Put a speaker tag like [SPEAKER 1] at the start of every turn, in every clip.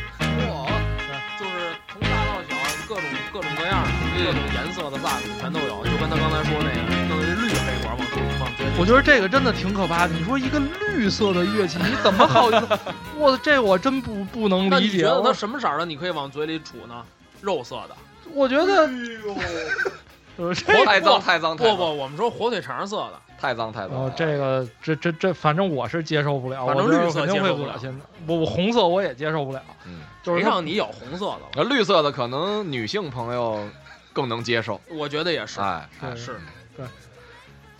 [SPEAKER 1] 就是从大到小，各种各种各样的、各种颜色的蜡烛全都有，就跟他刚才说那个，弄一绿黑管往头往街
[SPEAKER 2] 我觉得这个真的挺可怕的。你说一个绿色的乐器，你怎么好意 思？我这我真不不能
[SPEAKER 1] 那
[SPEAKER 2] 理
[SPEAKER 1] 你觉
[SPEAKER 2] 解。
[SPEAKER 1] 得它
[SPEAKER 2] 我
[SPEAKER 1] 什么色儿的你可以往嘴里杵呢？肉色的，
[SPEAKER 2] 我觉得，呃这
[SPEAKER 3] 哎
[SPEAKER 1] 火
[SPEAKER 4] 太
[SPEAKER 1] 不
[SPEAKER 4] 脏太脏太
[SPEAKER 1] 不
[SPEAKER 4] 脏
[SPEAKER 1] 不，我们说火腿肠色的，
[SPEAKER 4] 太脏太脏。
[SPEAKER 2] 哦，这个这这这，反正我是接受不了，
[SPEAKER 1] 反正
[SPEAKER 2] 我觉得
[SPEAKER 1] 绿色
[SPEAKER 2] 肯
[SPEAKER 1] 接
[SPEAKER 2] 定会
[SPEAKER 1] 受不
[SPEAKER 2] 不
[SPEAKER 1] 了
[SPEAKER 2] 现在我我红色我也接受不了，
[SPEAKER 4] 嗯，
[SPEAKER 2] 就是
[SPEAKER 1] 谁
[SPEAKER 2] 它
[SPEAKER 1] 让你咬红色的了？
[SPEAKER 4] 呃，绿色的可能女性朋友更能接受。
[SPEAKER 1] 我觉得也是，
[SPEAKER 4] 哎，
[SPEAKER 1] 哎
[SPEAKER 2] 对
[SPEAKER 1] 是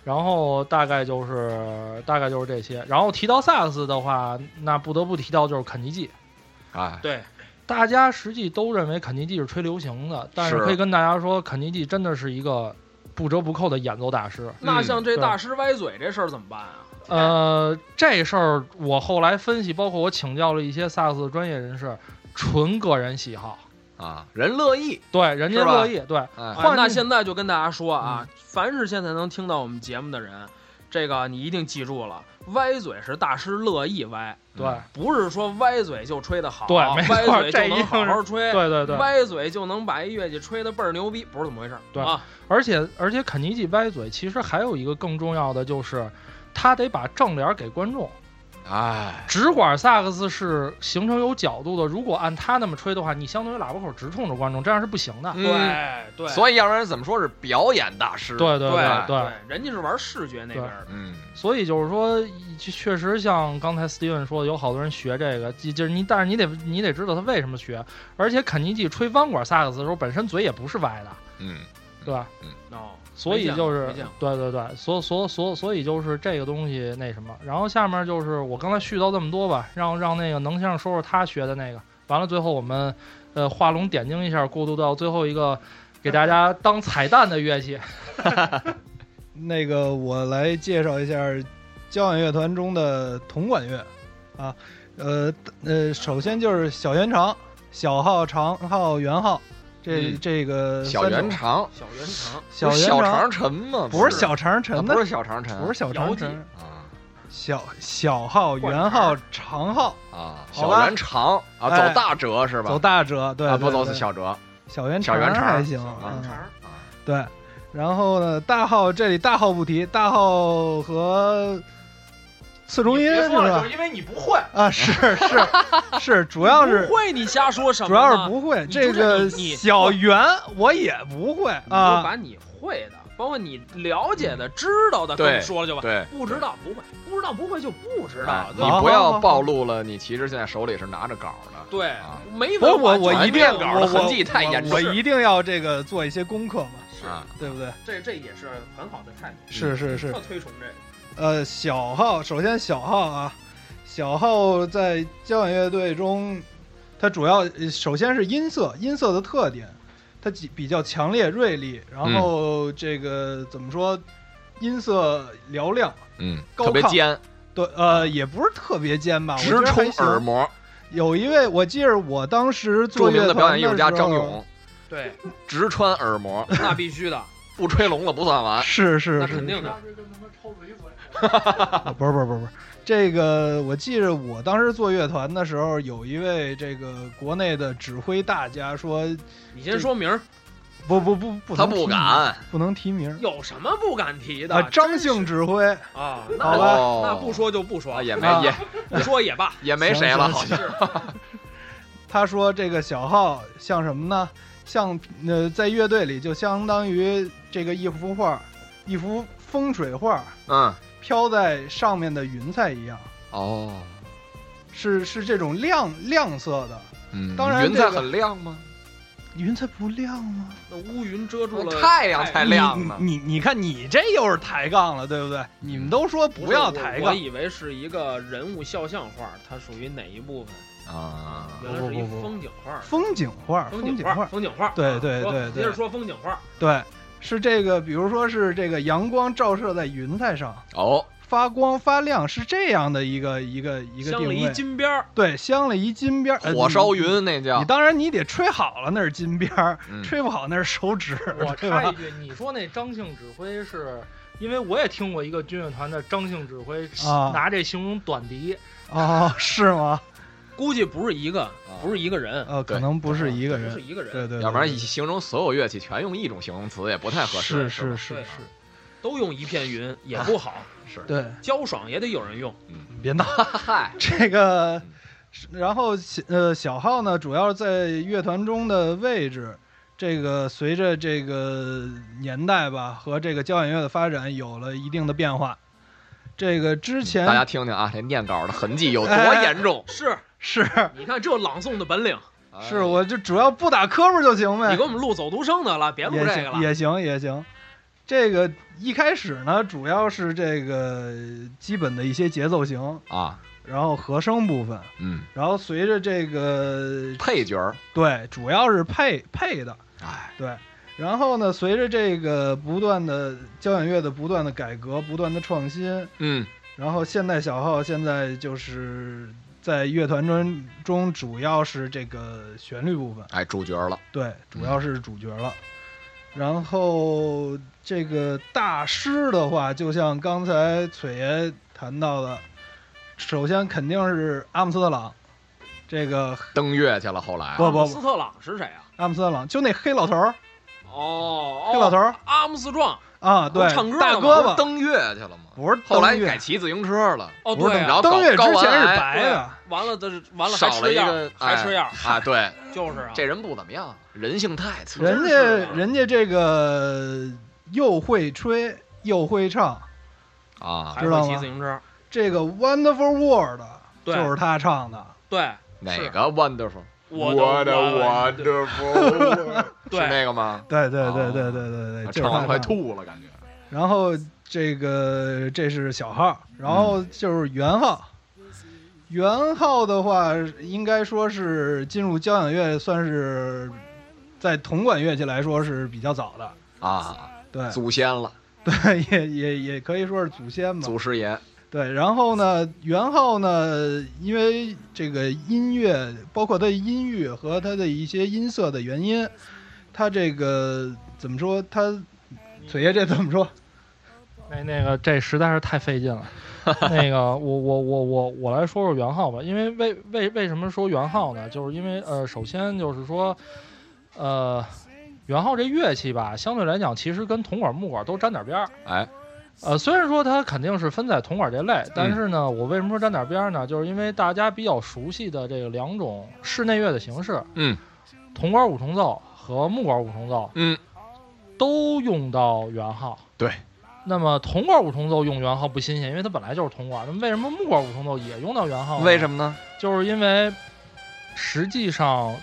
[SPEAKER 2] 然后大概就是大概就是这些。然后提到萨克斯的话，那不得不提到就是肯尼基。
[SPEAKER 4] 哎，
[SPEAKER 2] 嗯
[SPEAKER 1] 对，
[SPEAKER 2] 大家实际都认为肯尼基是吹流行的，但是
[SPEAKER 4] 是
[SPEAKER 2] 可以跟大家说，肯尼基真的是一个不折不扣的演奏大师。
[SPEAKER 1] 那像这
[SPEAKER 2] 对
[SPEAKER 1] 大师歪嘴这事儿怎么办啊？
[SPEAKER 2] 呃，这事儿我后来分析，包括我请教了一些萨克斯专业人士，纯个人喜好，
[SPEAKER 4] 啊，人乐意。
[SPEAKER 2] 对，人家
[SPEAKER 4] 是吧
[SPEAKER 2] 乐意，对，
[SPEAKER 4] 哎，
[SPEAKER 1] 啊，
[SPEAKER 2] 换嗯
[SPEAKER 1] 那
[SPEAKER 2] 句
[SPEAKER 1] 现在就跟大家说啊，凡是现在能听到我们节目的人，这个你一定记住了，歪嘴是大师乐意歪，
[SPEAKER 2] 对，
[SPEAKER 4] 嗯
[SPEAKER 1] 不是说歪嘴就吹得好，
[SPEAKER 2] 对没错
[SPEAKER 1] 歪嘴
[SPEAKER 2] 这
[SPEAKER 1] 就
[SPEAKER 2] 一
[SPEAKER 1] 能
[SPEAKER 2] 定
[SPEAKER 1] 好好吹，
[SPEAKER 2] 对对对。
[SPEAKER 1] 歪嘴就能把一乐器吹得倍儿牛逼，不是怎么回事儿。
[SPEAKER 2] 对
[SPEAKER 1] 啊，
[SPEAKER 2] 而且而且，肯尼基歪嘴其实还有一个更重要的就是，他得把正脸给观众。
[SPEAKER 3] 啊
[SPEAKER 4] 哎，
[SPEAKER 2] 直管萨克斯是形成有角度的，如果按他那么吹的话，你相当于喇叭口直冲着观众，这样是不行的。
[SPEAKER 4] 嗯
[SPEAKER 1] 对
[SPEAKER 4] 所以要不然怎么说是表演大师？
[SPEAKER 2] 对对
[SPEAKER 1] 对
[SPEAKER 2] 对
[SPEAKER 1] 对，人家是玩视觉那边的，
[SPEAKER 4] 嗯，
[SPEAKER 2] 所以就是说，确确实像刚才 Steven 说的，有好多人学这个，就就是你，但是你得你得知道他为什么学。而且肯尼基吹弯管萨克斯的时候，本身嘴也不是歪的，
[SPEAKER 4] 嗯，
[SPEAKER 2] 对吧？
[SPEAKER 1] 哦，
[SPEAKER 2] 所以就是
[SPEAKER 1] 没见过
[SPEAKER 2] 对对对，所所所所以就是这个东西那什么。然后下面就是我刚才絮叨这么多吧，让让那个能先生说说他学的那个。完了，最后我们呃画龙点睛一下，过渡到最后一个给大家当彩蛋的乐器。
[SPEAKER 3] 那个我来介绍一下交响乐团中的铜管乐啊，呃呃，首先就是小圆长、小号、长号、圆号，这、
[SPEAKER 4] 嗯
[SPEAKER 3] 这个
[SPEAKER 4] 小
[SPEAKER 3] 呃三
[SPEAKER 4] 圆
[SPEAKER 3] 种
[SPEAKER 4] 长，
[SPEAKER 1] 小圆肠，
[SPEAKER 3] 小
[SPEAKER 4] 不是
[SPEAKER 3] 圆
[SPEAKER 4] 小
[SPEAKER 3] 长
[SPEAKER 4] 长陈吗？
[SPEAKER 3] 不是小长
[SPEAKER 4] 啊
[SPEAKER 3] 陈的，
[SPEAKER 4] 不是小长陈，
[SPEAKER 3] 不是小长
[SPEAKER 1] 姚记
[SPEAKER 3] 陈，
[SPEAKER 4] 啊
[SPEAKER 3] 小小号、
[SPEAKER 1] 灌
[SPEAKER 3] 圆
[SPEAKER 1] 肠
[SPEAKER 3] 号、长号，
[SPEAKER 4] 啊，
[SPEAKER 3] 好
[SPEAKER 4] 小
[SPEAKER 3] 吧
[SPEAKER 4] 圆长啊，
[SPEAKER 3] 哎
[SPEAKER 4] 走大折是吧？
[SPEAKER 3] 走大折，对，
[SPEAKER 4] 啊，
[SPEAKER 3] 对
[SPEAKER 4] 不走
[SPEAKER 3] 对
[SPEAKER 4] 小折
[SPEAKER 3] 小圆
[SPEAKER 4] 小圆
[SPEAKER 3] 肠
[SPEAKER 4] 肠
[SPEAKER 3] 还行，
[SPEAKER 4] 小圆
[SPEAKER 3] 嗯
[SPEAKER 1] 肠
[SPEAKER 3] 对，然后呢，大号这里大号不提，大号和次中音是吧？
[SPEAKER 1] 因为你不会，
[SPEAKER 3] 啊，是是是，主要是
[SPEAKER 1] 不会，你瞎说什么？
[SPEAKER 3] 主要是，不会
[SPEAKER 1] 你
[SPEAKER 3] 这
[SPEAKER 1] 就是
[SPEAKER 3] 个
[SPEAKER 1] 你你
[SPEAKER 3] 小圆，我也不会
[SPEAKER 1] 就
[SPEAKER 3] 啊。嗯
[SPEAKER 1] 把你会的，包括你了解的、知道的，
[SPEAKER 4] 对
[SPEAKER 1] 跟你说了就完。
[SPEAKER 4] 对。
[SPEAKER 1] 不知道不会，不知道不会就不知
[SPEAKER 4] 哎
[SPEAKER 1] 道，对
[SPEAKER 4] 你
[SPEAKER 1] 吧
[SPEAKER 3] 好
[SPEAKER 4] 不
[SPEAKER 3] 好
[SPEAKER 4] 要
[SPEAKER 3] 好
[SPEAKER 4] 暴露了，你其实现在手里是拿着稿的。
[SPEAKER 1] 对
[SPEAKER 4] 啊，
[SPEAKER 1] 没
[SPEAKER 3] 不是
[SPEAKER 1] 文化
[SPEAKER 3] 我，我
[SPEAKER 1] 就是
[SPEAKER 4] 全
[SPEAKER 3] 一定
[SPEAKER 4] 变稿
[SPEAKER 3] 我
[SPEAKER 4] 了
[SPEAKER 3] 我
[SPEAKER 4] 痕迹太
[SPEAKER 3] 我
[SPEAKER 4] 严重
[SPEAKER 3] 我一定要这个做一些功课嘛，
[SPEAKER 1] 是
[SPEAKER 4] 啊，
[SPEAKER 3] 对不对？
[SPEAKER 1] 这这也是很好的态度，
[SPEAKER 3] 是是是
[SPEAKER 1] 特，推崇这个。
[SPEAKER 3] 呃，小号，首先小号啊，小号在交响乐队中，它主要呃首先是音色，音色的特点，它比比较强烈锐利，
[SPEAKER 4] 嗯
[SPEAKER 3] 然后这个怎么说，音色嘹亮，
[SPEAKER 4] 嗯，
[SPEAKER 3] 高
[SPEAKER 4] 特别
[SPEAKER 3] 亢
[SPEAKER 4] 尖，
[SPEAKER 3] 对，呃，也不是特别尖啊吧，我觉
[SPEAKER 4] 直
[SPEAKER 3] 得还
[SPEAKER 4] 冲
[SPEAKER 3] 行
[SPEAKER 4] 耳膜。
[SPEAKER 3] 有一位，我记着我当时
[SPEAKER 4] 著
[SPEAKER 3] 做
[SPEAKER 4] 名
[SPEAKER 3] 乐
[SPEAKER 4] 的表演艺术
[SPEAKER 3] 团的
[SPEAKER 4] 家
[SPEAKER 3] 时
[SPEAKER 4] 张
[SPEAKER 3] 候
[SPEAKER 4] 勇，
[SPEAKER 1] 对，
[SPEAKER 4] 直穿耳膜，
[SPEAKER 1] 那必须的，
[SPEAKER 4] 不吹聋了不算完。
[SPEAKER 3] 是是
[SPEAKER 1] 那
[SPEAKER 3] 是
[SPEAKER 1] 肯，定的。
[SPEAKER 3] 不是不是不是不是，这个我记着我当时做乐团的时候，有一位这个国内的指挥大家说，
[SPEAKER 1] 你先说明儿，
[SPEAKER 3] 不不不不能提
[SPEAKER 4] 他
[SPEAKER 3] 名，啊
[SPEAKER 4] 不敢，
[SPEAKER 3] 不能提名
[SPEAKER 1] 有什么不敢提的？
[SPEAKER 3] 啊，张
[SPEAKER 1] 真是
[SPEAKER 3] 姓指挥
[SPEAKER 1] 啊，
[SPEAKER 3] 好
[SPEAKER 1] 那
[SPEAKER 3] 吧
[SPEAKER 4] 哦
[SPEAKER 1] 那不说就不
[SPEAKER 4] 啊
[SPEAKER 1] 说，
[SPEAKER 4] 也没
[SPEAKER 3] 啊
[SPEAKER 4] 也
[SPEAKER 1] 不说也罢。
[SPEAKER 4] 也没谁了，好像
[SPEAKER 1] 是，
[SPEAKER 3] 他说这个小号像什么呢？像呃，在乐队里就相当于这个一幅画，一幅风水画
[SPEAKER 4] 嗯
[SPEAKER 3] 飘在上面的云彩一样，
[SPEAKER 4] 哦
[SPEAKER 3] 是是这种亮亮色的。
[SPEAKER 4] 嗯，
[SPEAKER 3] 当然
[SPEAKER 4] 云
[SPEAKER 3] 这
[SPEAKER 4] 彩
[SPEAKER 3] 个
[SPEAKER 4] 很亮吗？
[SPEAKER 3] 云彩不亮吗？
[SPEAKER 5] 那乌云遮住了
[SPEAKER 4] 太阳才亮呢。
[SPEAKER 3] 你你你看你这又是抬杠了，对不对？你们都说
[SPEAKER 5] 不是
[SPEAKER 3] 不要抬
[SPEAKER 5] 我我
[SPEAKER 3] 杠，
[SPEAKER 5] 以为是一个人物肖像画，它属于哪一部分？
[SPEAKER 4] 啊，
[SPEAKER 5] 原来是一
[SPEAKER 3] 不不不
[SPEAKER 5] 风景画。
[SPEAKER 3] 啊风景画，
[SPEAKER 5] 风
[SPEAKER 3] 景
[SPEAKER 5] 画，
[SPEAKER 3] 画，
[SPEAKER 5] 风景画，
[SPEAKER 3] 对
[SPEAKER 5] 啊
[SPEAKER 3] 对
[SPEAKER 5] 说
[SPEAKER 3] 对对
[SPEAKER 5] 接着说风景画，
[SPEAKER 3] 对，是这个，比如说是这个阳光照射在云彩上
[SPEAKER 4] 哦，
[SPEAKER 3] 发光发亮，是这样的一个一个一个
[SPEAKER 5] 镶
[SPEAKER 3] 定
[SPEAKER 5] 了
[SPEAKER 3] 位。
[SPEAKER 5] 一金边儿，
[SPEAKER 3] 对，镶了一金边儿，呃
[SPEAKER 4] 火烧。
[SPEAKER 3] 你
[SPEAKER 4] 云那叫
[SPEAKER 3] 你。当然你得吹好了那是金边儿，
[SPEAKER 4] 嗯
[SPEAKER 3] 吹不好那是手指，
[SPEAKER 2] 我
[SPEAKER 3] 对
[SPEAKER 2] 插一
[SPEAKER 3] 吧？
[SPEAKER 2] 句，你说那张姓指挥是，因为我也听过一个军乐团的张姓指挥
[SPEAKER 3] 啊
[SPEAKER 2] 拿这形容短笛，
[SPEAKER 3] 哦，是吗？
[SPEAKER 5] 估计不是一个，不是一个人，啊
[SPEAKER 3] 呃，可
[SPEAKER 4] 对
[SPEAKER 3] 能不是一个
[SPEAKER 5] 不是
[SPEAKER 3] 人，
[SPEAKER 5] 一个人，
[SPEAKER 3] 对对，
[SPEAKER 4] 要不然
[SPEAKER 3] 对
[SPEAKER 4] 形容所有乐器全用一种形容词也不太合适，
[SPEAKER 3] 是
[SPEAKER 4] 吧
[SPEAKER 3] 是是
[SPEAKER 5] 对
[SPEAKER 3] 是，
[SPEAKER 5] 都用一片云也不好，
[SPEAKER 4] 是，
[SPEAKER 3] 对，
[SPEAKER 5] 焦爽也得有人用，
[SPEAKER 3] 别闹。
[SPEAKER 4] 嗨，
[SPEAKER 3] 这个
[SPEAKER 4] 嗯，
[SPEAKER 3] 然后小呃，小号呢，主要在乐团中的位置，这个随着这个年代吧和这个交响乐的发展有了一定的变化。这个
[SPEAKER 5] 嗯
[SPEAKER 3] 之前
[SPEAKER 4] 大
[SPEAKER 3] 哎
[SPEAKER 4] 家听听啊，这念稿的痕迹有多严重？
[SPEAKER 5] 是，
[SPEAKER 3] 是
[SPEAKER 5] 你看这朗诵的本 领，
[SPEAKER 3] 是，我就主要不打磕巴就行呗
[SPEAKER 5] 你给。我们录走读生的了，别录
[SPEAKER 3] 也
[SPEAKER 5] 这个
[SPEAKER 3] 行
[SPEAKER 5] 了，
[SPEAKER 3] 也行也行。这个一开始呢，主要是这个基本的一些节奏型，
[SPEAKER 4] 哎啊，
[SPEAKER 3] 然后和声部分，
[SPEAKER 4] 嗯，
[SPEAKER 3] 然后随着这个
[SPEAKER 4] 配角儿，
[SPEAKER 3] 对，主要是配配的，
[SPEAKER 4] 哎，
[SPEAKER 3] 对。然后呢，随着这个不断的交响乐的不断的改革、不断的创新，
[SPEAKER 4] 嗯，
[SPEAKER 3] 然后现代小号现在就是在乐团中中主要是这个旋律部分，
[SPEAKER 4] 哎，主角了，
[SPEAKER 3] 对，主要是主角了。然后这个大师的话，就像刚才崔爷谈到的，首先肯定是阿姆斯特朗，这个
[SPEAKER 4] 登月去了，后来
[SPEAKER 3] 不
[SPEAKER 5] 阿姆斯特朗是谁啊？
[SPEAKER 3] 阿姆斯特朗就那黑老头儿，
[SPEAKER 5] 哦，
[SPEAKER 3] 黑老头儿
[SPEAKER 5] 阿姆斯壮，
[SPEAKER 3] 啊，对，
[SPEAKER 5] 唱歌
[SPEAKER 3] 大
[SPEAKER 5] 的嘛
[SPEAKER 3] 胳
[SPEAKER 4] 不是
[SPEAKER 3] 膊，
[SPEAKER 4] 登月去了吗？
[SPEAKER 3] 不是
[SPEAKER 4] 后来
[SPEAKER 3] 登月
[SPEAKER 4] 改骑自行车了，
[SPEAKER 5] 哦
[SPEAKER 3] 不是
[SPEAKER 5] 对
[SPEAKER 4] 怎么
[SPEAKER 5] 啊，
[SPEAKER 4] 着？
[SPEAKER 3] 登月
[SPEAKER 4] 高
[SPEAKER 3] 之前是
[SPEAKER 4] 高完癌
[SPEAKER 3] 白的，
[SPEAKER 5] 完了，这是完了还
[SPEAKER 4] 哎少了
[SPEAKER 5] 吃
[SPEAKER 4] 一
[SPEAKER 5] 药
[SPEAKER 4] 个，
[SPEAKER 5] 还吃药
[SPEAKER 4] 哎，啊，对，
[SPEAKER 5] 就是啊，
[SPEAKER 4] 这人不怎么样，人性太次，
[SPEAKER 3] 人
[SPEAKER 5] 真
[SPEAKER 3] 家
[SPEAKER 5] 是
[SPEAKER 3] 人家这个又会吹又会唱，
[SPEAKER 4] 啊，
[SPEAKER 5] 还会骑自行车，
[SPEAKER 3] 这个 Wonderful World
[SPEAKER 5] 对
[SPEAKER 3] 就是他唱的，
[SPEAKER 5] 对，
[SPEAKER 4] 哪个 wonderful？
[SPEAKER 5] 我
[SPEAKER 4] 的
[SPEAKER 5] 我
[SPEAKER 4] wonderful，
[SPEAKER 5] 对
[SPEAKER 4] 是那个吗？
[SPEAKER 3] 对对对
[SPEAKER 4] 哦
[SPEAKER 3] 对对对对，就是
[SPEAKER 4] 唱
[SPEAKER 3] 他
[SPEAKER 4] 完快
[SPEAKER 3] 唱的。
[SPEAKER 4] 吐了，感觉。
[SPEAKER 3] 然后这个这是小号，然
[SPEAKER 4] 嗯
[SPEAKER 3] 后就是元号。元号的话，应该说是进入交响乐，算是在铜管乐器来说是比较早的。
[SPEAKER 4] 啊，
[SPEAKER 3] 对，
[SPEAKER 4] 祖先了，
[SPEAKER 3] 对，也也也可以说是祖先吧。
[SPEAKER 4] 祖师爷，
[SPEAKER 3] 对，然后呢，元昊呢，因为这个音乐，包括它的音域和它的一些音色的原因，它这个怎么说？它腿爷这怎么说？
[SPEAKER 2] 那那个这实在是太费 劲了。那个我我我我我来说说元昊吧，因为为为为什么说元昊呢？就是因为呃，首先就是说，呃，元昊这乐器吧，相对来讲其实跟铜管、木管都沾点边儿。
[SPEAKER 4] 哎，
[SPEAKER 2] 呃，虽然说它肯定是分在铜管这类，但是呢，我为什么说沾点边儿呢？就是因为大家比较熟悉的这个两种室内乐的形式，
[SPEAKER 4] 嗯，
[SPEAKER 2] 铜管五重奏和木管五重奏，
[SPEAKER 4] 嗯，
[SPEAKER 2] 都用到元号。
[SPEAKER 4] 对。
[SPEAKER 2] 那么铜管五重奏用元号不新鲜，因为它本来就是铜管。那么为什么木管五重奏也用到元号？
[SPEAKER 4] 为什
[SPEAKER 2] 么？
[SPEAKER 4] 么呢？
[SPEAKER 2] 就是因为实际上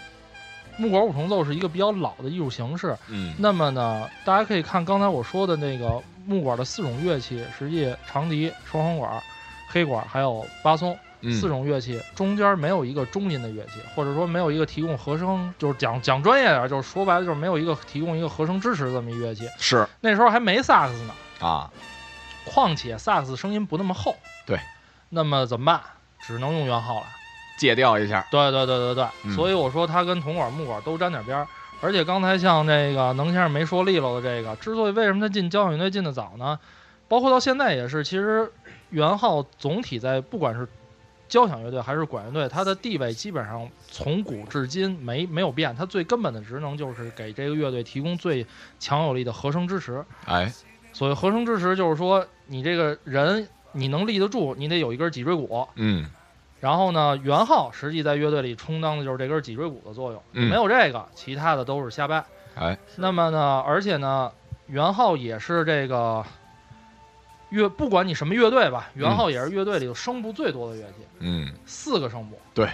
[SPEAKER 2] 木管五重奏是一个比较老的艺术形式。
[SPEAKER 4] 嗯，
[SPEAKER 2] 那么呢，大家可以看刚才我说的那个木管的四种乐器，实际长笛、双簧管、黑管还有巴松
[SPEAKER 4] 嗯
[SPEAKER 2] 四种乐器，中间没有一个中音的乐器，或者说没有一个提供和声，就是讲讲专业点儿，就是说白了就是没有一个提供一个和声支持的这么一乐器。
[SPEAKER 4] 是
[SPEAKER 2] 那时候还没萨克斯呢，
[SPEAKER 4] 啊，
[SPEAKER 2] 况且萨克斯声音不那么厚。
[SPEAKER 4] 对，
[SPEAKER 2] 那么怎么办？只能用元号了。
[SPEAKER 4] 借调一下，
[SPEAKER 2] 对对对对对，
[SPEAKER 4] 嗯
[SPEAKER 2] 所以我说它跟铜管、木管都沾点边儿。而且刚才像那个能先生没说利落的这个，之所以为什么他进交响乐队进的早呢？包括到现在也是，其实元昊总体在不管是交响乐队还是管乐队，它的地位基本上从古至今没没有变。它最根本的职能就是给这个乐队提供最强有力的和声支持。
[SPEAKER 4] 哎，
[SPEAKER 2] 所谓和声支持，就是说你这个人你能立得住，你得有一根脊椎骨。
[SPEAKER 4] 嗯，
[SPEAKER 2] 然后呢，元昊实际在乐队里充当的就是这根脊椎骨的作用，
[SPEAKER 4] 嗯
[SPEAKER 2] 没有这个，其他的都是瞎掰。
[SPEAKER 4] 哎，
[SPEAKER 2] 那么呢，而且呢，元昊也是这个乐，不管你什么乐队吧，元昊也是乐队里有声部最多的乐器，
[SPEAKER 4] 嗯，
[SPEAKER 2] 四个声部。
[SPEAKER 4] 对，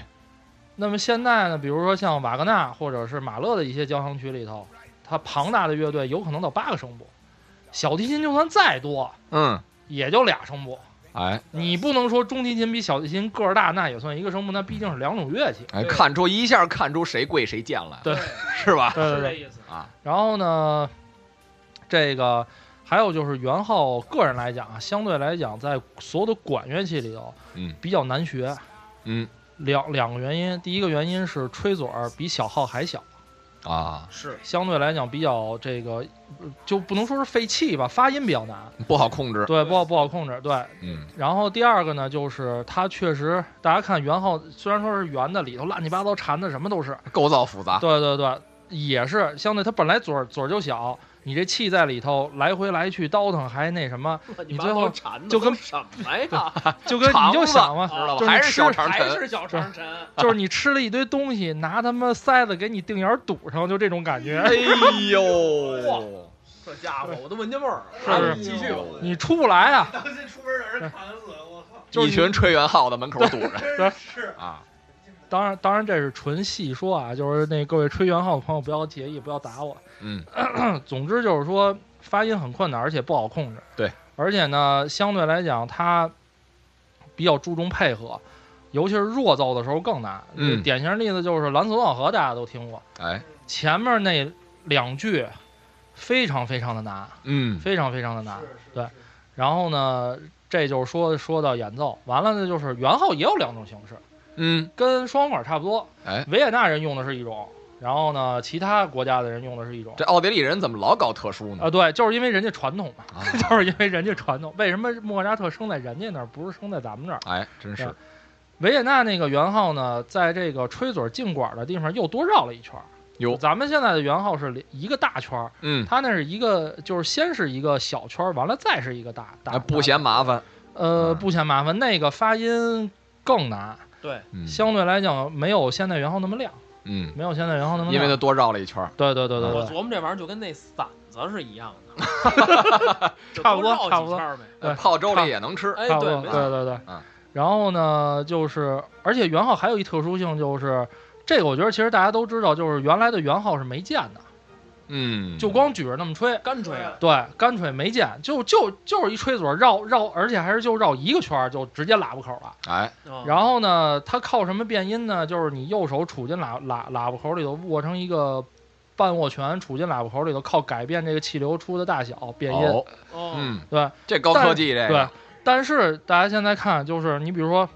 [SPEAKER 2] 那么现在呢，比如说像瓦格纳或者是马勒的一些交响曲里头，它庞大的乐队有可能到八个声部，小提琴就算再多，
[SPEAKER 4] 嗯，
[SPEAKER 2] 也就俩声部。
[SPEAKER 4] 哎
[SPEAKER 2] 你不能说中提琴比小提琴个儿大，那也算一个声部，那毕竟是两种乐器。
[SPEAKER 4] 哎，
[SPEAKER 5] 对
[SPEAKER 4] 看出一下看出谁贵谁贱来了，
[SPEAKER 2] 对
[SPEAKER 4] 是吧？
[SPEAKER 2] 对对
[SPEAKER 5] 是这
[SPEAKER 2] 对。
[SPEAKER 5] 意思。
[SPEAKER 4] 啊，
[SPEAKER 2] 然后呢，这个还有就是元昊个人来讲啊，相对来讲，在所有的管乐器里头，
[SPEAKER 4] 嗯，
[SPEAKER 2] 比较难学。
[SPEAKER 4] 嗯
[SPEAKER 2] 两两个原因，第一个原因是吹嘴儿比小号还小。
[SPEAKER 4] 啊，
[SPEAKER 5] 是
[SPEAKER 2] 相对来讲比较这个，呃就不能说是废气吧，发音比较难，
[SPEAKER 4] 不好控制，
[SPEAKER 2] 对，不好不好控制，对。
[SPEAKER 4] 嗯
[SPEAKER 2] 然后第二个呢，就是它确实，大家看元昊虽然说是圆的，里头乱七八糟缠的什么都是，
[SPEAKER 4] 构造复杂，
[SPEAKER 2] 对对对，也是相对它本来嘴儿嘴儿就小，你这气在里头来回来去倒腾，还那什么，
[SPEAKER 5] 你
[SPEAKER 2] 你最后
[SPEAKER 5] 馋的
[SPEAKER 2] 就跟
[SPEAKER 5] 都什么呀？
[SPEAKER 2] 就跟
[SPEAKER 4] 肠
[SPEAKER 2] 你就
[SPEAKER 4] 子
[SPEAKER 2] 想嘛
[SPEAKER 4] 知，道
[SPEAKER 2] 就是
[SPEAKER 4] 吧？还
[SPEAKER 2] 吃
[SPEAKER 4] 是小长
[SPEAKER 5] 还
[SPEAKER 4] 城，
[SPEAKER 5] 是小长城？
[SPEAKER 2] 就是你吃了一堆东西，拿他妈塞子给你腚眼儿堵上，就这种感觉，
[SPEAKER 4] 哎呦，
[SPEAKER 5] 这家伙，我都闻见味儿了。哎
[SPEAKER 2] 是不是
[SPEAKER 4] 嗯
[SPEAKER 5] 继续，
[SPEAKER 2] 你出不来啊。
[SPEAKER 3] 当心出门让人砍死，我靠！
[SPEAKER 2] 就是
[SPEAKER 4] 一群吹元号的门口堵着
[SPEAKER 3] 真是
[SPEAKER 4] 啊，
[SPEAKER 2] 当然，当然这是纯戏说啊，就是那各位吹元号的朋友不要介意，不要打我。
[SPEAKER 4] 嗯，
[SPEAKER 2] 总之就是说发音很困难，而且不好控制。
[SPEAKER 4] 对，
[SPEAKER 2] 而且呢，相对来讲，它比较注重配合，尤其是弱奏的时候更难。
[SPEAKER 4] 嗯
[SPEAKER 2] 典型例子就是《蓝色万河》，大家都听过，
[SPEAKER 4] 哎，
[SPEAKER 2] 前面那两句非常非常的难，
[SPEAKER 4] 嗯
[SPEAKER 2] 非常非常的难。
[SPEAKER 3] 是
[SPEAKER 2] 对然后呢，这就是说说到演奏，完了呢就是元号也有两种形式，
[SPEAKER 4] 嗯，
[SPEAKER 2] 跟双簧管差不多。
[SPEAKER 4] 哎，
[SPEAKER 2] 维也纳人用的是一种，然后呢，其他国家的人用的是一种。
[SPEAKER 4] 这奥地利人怎么老搞特殊呢？
[SPEAKER 2] 啊，对，就是因为人家传统嘛，
[SPEAKER 4] 啊
[SPEAKER 2] 就是因为人家传统。为什么莫扎特生在人家那儿，不是生在咱们这儿？
[SPEAKER 4] 哎，真是
[SPEAKER 2] 对，维也纳那个圆号呢，在这个吹嘴进管的地方又多绕了一圈儿。
[SPEAKER 4] 哟
[SPEAKER 2] 咱们现在的圆号是连一个大圈儿，
[SPEAKER 4] 嗯，
[SPEAKER 2] 它那是一个，就是先是一个小圈儿，完了再是一个大大。
[SPEAKER 4] 哎，不嫌
[SPEAKER 2] 大
[SPEAKER 4] 麻烦，
[SPEAKER 2] 呃
[SPEAKER 4] 嗯
[SPEAKER 2] 不嫌麻烦，那个发音更难，
[SPEAKER 5] 对，
[SPEAKER 4] 嗯
[SPEAKER 2] 相对来讲没有现代圆号那么亮，
[SPEAKER 4] 嗯，
[SPEAKER 2] 没有现代圆号那么
[SPEAKER 4] 因
[SPEAKER 2] 亮。
[SPEAKER 4] 为他多绕了一圈儿，
[SPEAKER 2] 对对对对
[SPEAKER 4] 啊
[SPEAKER 2] 对
[SPEAKER 5] 我，琢磨这玩意儿就跟那馓子是一样的， 就
[SPEAKER 2] 差不多
[SPEAKER 5] 都绕
[SPEAKER 2] 差不
[SPEAKER 5] 几
[SPEAKER 2] 多
[SPEAKER 5] 圈儿呗。
[SPEAKER 2] 对
[SPEAKER 4] 泡粥里也能吃，
[SPEAKER 5] 哎，
[SPEAKER 2] 差不
[SPEAKER 5] 对，
[SPEAKER 2] 多，
[SPEAKER 5] 没
[SPEAKER 2] 对
[SPEAKER 5] 错，
[SPEAKER 2] 对对
[SPEAKER 4] 嗯。
[SPEAKER 2] 然后呢，就是而且元昊还有一特殊性，就是这个我觉得其实大家都知道，就是原来的元昊是没键的，
[SPEAKER 4] 嗯，
[SPEAKER 2] 就光举着那么吹，
[SPEAKER 5] 干吹啊，
[SPEAKER 2] 对，干吹没键，就就就是一吹嘴绕绕，而且还是就绕一个圈儿就直接喇叭口了。
[SPEAKER 4] 哎，
[SPEAKER 5] 嗯
[SPEAKER 2] 然后呢，它靠什么变音呢？就是你右手杵进喇喇喇叭口里头，握成一个。半握拳杵进喇叭口里头，靠改变这个气流出的大小变音。
[SPEAKER 4] 哦，
[SPEAKER 5] 哦，
[SPEAKER 4] 嗯，
[SPEAKER 2] 对，
[SPEAKER 4] 这高科技这
[SPEAKER 2] 对
[SPEAKER 4] 个，，
[SPEAKER 2] 但是大家现在看，就是你比如说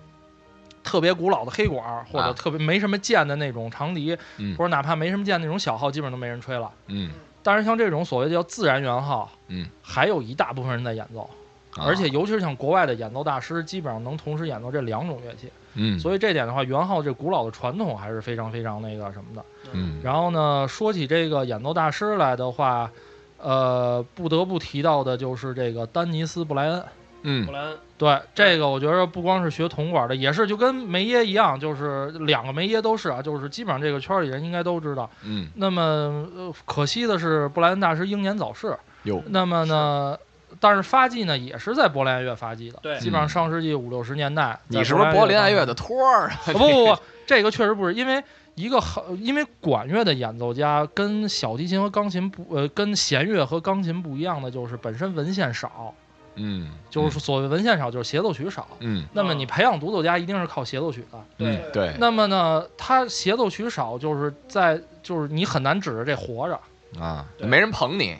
[SPEAKER 2] 特别古老的黑管儿，或
[SPEAKER 4] 啊
[SPEAKER 2] 者特别没什么键的那种长笛，
[SPEAKER 4] 嗯
[SPEAKER 2] 或者哪怕没什么键那种小号，基本都没人吹了。
[SPEAKER 4] 嗯，
[SPEAKER 2] 但是像这种所谓的叫自然元号，
[SPEAKER 4] 嗯，
[SPEAKER 2] 还有一大部分人在演奏，
[SPEAKER 4] 啊
[SPEAKER 2] 而且尤其是像国外的演奏大师，基本上能同时演奏这两种乐器。
[SPEAKER 4] 嗯，
[SPEAKER 2] 所以这点的话，元号这古老的传统还是非常非常那个什么的。
[SPEAKER 4] 嗯，
[SPEAKER 2] 然后呢，说起这个演奏大师来的话，呃，不得不提到的就是这个丹尼斯布莱恩。
[SPEAKER 4] 嗯
[SPEAKER 5] 布莱恩，
[SPEAKER 2] 对这个，我觉得不光是学铜管的，也是就跟梅耶一样，就是两个梅耶都是啊，就是基本上这个圈里人应该都知道。
[SPEAKER 4] 嗯，
[SPEAKER 2] 那么、呃可惜的是，布莱恩大师英年早逝。
[SPEAKER 4] 哟，
[SPEAKER 2] 那么呢，但是发迹呢也是在柏林爱乐发迹的，
[SPEAKER 5] 对
[SPEAKER 4] 嗯
[SPEAKER 2] 基本上上世纪五六十年代。
[SPEAKER 4] 你是不是柏林爱乐
[SPEAKER 2] 的？
[SPEAKER 4] 的托儿啊？
[SPEAKER 2] 啊不不不，这个确实不是，因为一个好，因为管乐的演奏家跟小提琴和钢琴不呃，跟弦乐和钢琴不一样的就是本身文献少，
[SPEAKER 4] 嗯，
[SPEAKER 2] 就是所谓文献少就是协奏曲少。
[SPEAKER 4] 嗯，
[SPEAKER 2] 那么你培养独奏家一定是靠协奏曲的。
[SPEAKER 4] 嗯，嗯，对，
[SPEAKER 2] 那么呢，他协奏曲少，就是在就是你很难指着这活着。
[SPEAKER 4] 啊，
[SPEAKER 5] 对
[SPEAKER 4] 没人捧你，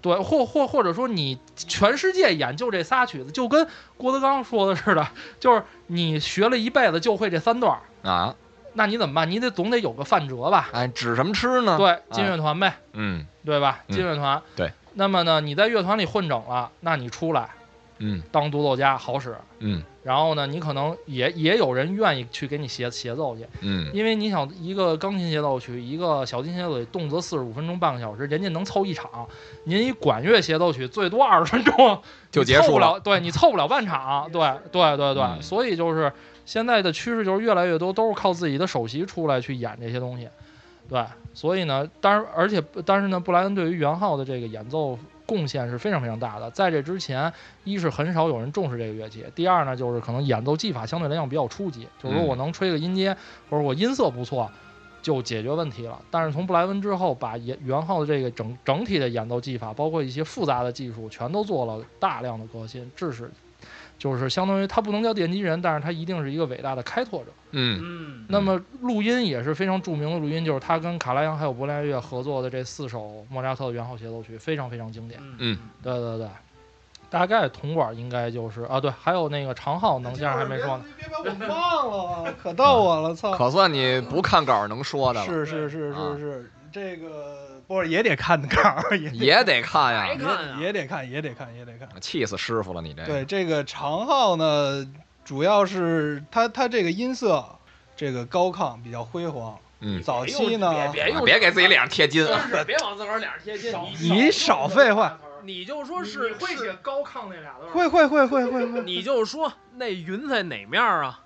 [SPEAKER 2] 对，或或或者说你全世界演就这仨曲子，就跟郭德纲说的似的，就是你学了一辈子就会这三段儿，
[SPEAKER 4] 啊，
[SPEAKER 2] 那你怎么办？你得总得有个范辙吧？
[SPEAKER 4] 哎，指什么吃呢？，
[SPEAKER 2] 对，进乐团呗，
[SPEAKER 4] 嗯
[SPEAKER 2] 对吧？
[SPEAKER 4] 嗯
[SPEAKER 2] 进乐团。
[SPEAKER 4] 对。
[SPEAKER 2] 那么呢，你在乐团里混整了，那你出来
[SPEAKER 4] 嗯
[SPEAKER 2] 当独奏家好使。
[SPEAKER 4] 嗯
[SPEAKER 2] 然后呢，你可能也也有人愿意去给你协协奏去，
[SPEAKER 4] 嗯，
[SPEAKER 2] 因为你想一个钢琴协奏曲，一个小提琴协奏曲，动辄四十五分钟、半个小时，人家能凑一场。您一管乐协奏曲最多二十 分钟
[SPEAKER 4] 就结
[SPEAKER 2] 凑
[SPEAKER 4] 束
[SPEAKER 2] 不了，对你凑不了半场。对对对对，
[SPEAKER 4] 嗯
[SPEAKER 2] 所以就是现在的趋势就是越来越多都是靠自己的首席出来去演这些东西。对，所以呢，当然而且但是呢，布莱恩对于元昊的这个演奏贡献是非常非常大的。在这之前，一是很少有人重视这个乐器，第二呢就是可能演奏技法相对来讲比较初级，就是说
[SPEAKER 4] 嗯
[SPEAKER 2] 我能吹个音阶，或者我音色不错。就解决问题了。但是从布莱恩之后，把原元昊的这个整整体的演奏技法，包括一些复杂的技术，全都做了大量的革新，致使就是相当于他不能叫奠基人，但是他一定是一个伟大的开拓者。
[SPEAKER 4] 嗯
[SPEAKER 1] 嗯，
[SPEAKER 2] 那么录音也是非常著名的录音，就是他跟卡拉扬还有柏莱乐合作的这四首莫扎特的元号协奏曲，非常非常经典。
[SPEAKER 4] 嗯
[SPEAKER 2] 对对对，大概铜管应该就是啊，对，还有那个长号能先生还没说呢。，
[SPEAKER 3] 别把我忘了啊，可到我了，操！
[SPEAKER 4] 可算你不看稿能说的嗯了，
[SPEAKER 3] 是是是
[SPEAKER 4] 啊
[SPEAKER 3] 是是，这个不是也得 看稿儿，也得
[SPEAKER 4] 也得看呀
[SPEAKER 1] 还，看啊
[SPEAKER 3] 也得看，也得看，也得看。
[SPEAKER 4] 气死师傅了你这。
[SPEAKER 3] 对，这个长号呢，主要是它它这个音色，这个高亢比较辉煌。
[SPEAKER 4] 嗯
[SPEAKER 3] 早期呢，
[SPEAKER 1] 哎别用
[SPEAKER 4] 啊别给自己脸上贴金啊
[SPEAKER 1] 真！是别往自个儿脸上贴
[SPEAKER 2] 哎
[SPEAKER 1] 金，你
[SPEAKER 3] 你少废话，
[SPEAKER 1] 你就说是
[SPEAKER 2] 会写
[SPEAKER 1] 是，
[SPEAKER 2] 高亢那俩字
[SPEAKER 3] 会会会会会会，
[SPEAKER 1] 你就说那云在哪面儿啊？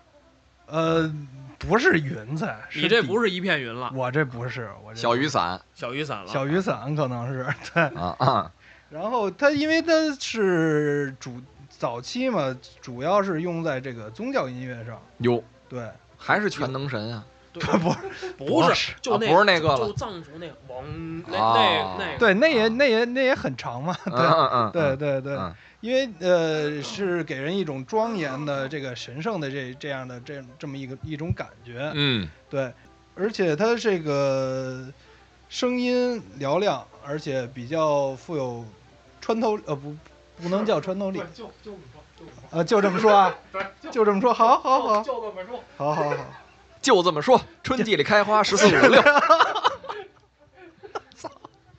[SPEAKER 3] 呃，不是云彩，
[SPEAKER 1] 你这
[SPEAKER 3] 底
[SPEAKER 1] 不是一片云了，
[SPEAKER 3] 我这不是，我这
[SPEAKER 4] 小雨
[SPEAKER 3] 雨
[SPEAKER 4] 伞
[SPEAKER 1] 小雨伞了。
[SPEAKER 3] 小雨伞可能是对。
[SPEAKER 4] 啊啊，
[SPEAKER 3] 然后它因为它是主早期嘛，主要是用在这个宗教音乐上，
[SPEAKER 4] 哟，
[SPEAKER 3] 对，
[SPEAKER 4] 还是全能神啊！
[SPEAKER 3] 不
[SPEAKER 1] 不
[SPEAKER 3] 不
[SPEAKER 1] 是，就那
[SPEAKER 4] 啊不是那个了
[SPEAKER 1] 就藏族那个王那
[SPEAKER 4] 啊
[SPEAKER 1] 那那个
[SPEAKER 3] 对，那也那也那也很长嘛，
[SPEAKER 4] 嗯嗯嗯，
[SPEAKER 3] 对
[SPEAKER 4] 嗯，
[SPEAKER 3] 对对
[SPEAKER 4] 嗯，
[SPEAKER 3] 因为呃是给人一种庄严的这个神圣的这这样的这这么一个一种感觉，
[SPEAKER 4] 嗯
[SPEAKER 3] 对，而且它这个声音嘹亮，而且比较富有穿透呃不不能叫穿透力，
[SPEAKER 2] 就就你说，就你说，
[SPEAKER 3] 呃就这么 说啊，
[SPEAKER 2] 对，
[SPEAKER 3] 就这么说，好好好
[SPEAKER 2] 就这么说。
[SPEAKER 3] 好好好。
[SPEAKER 4] 就这么说，春季里开花，十四五六。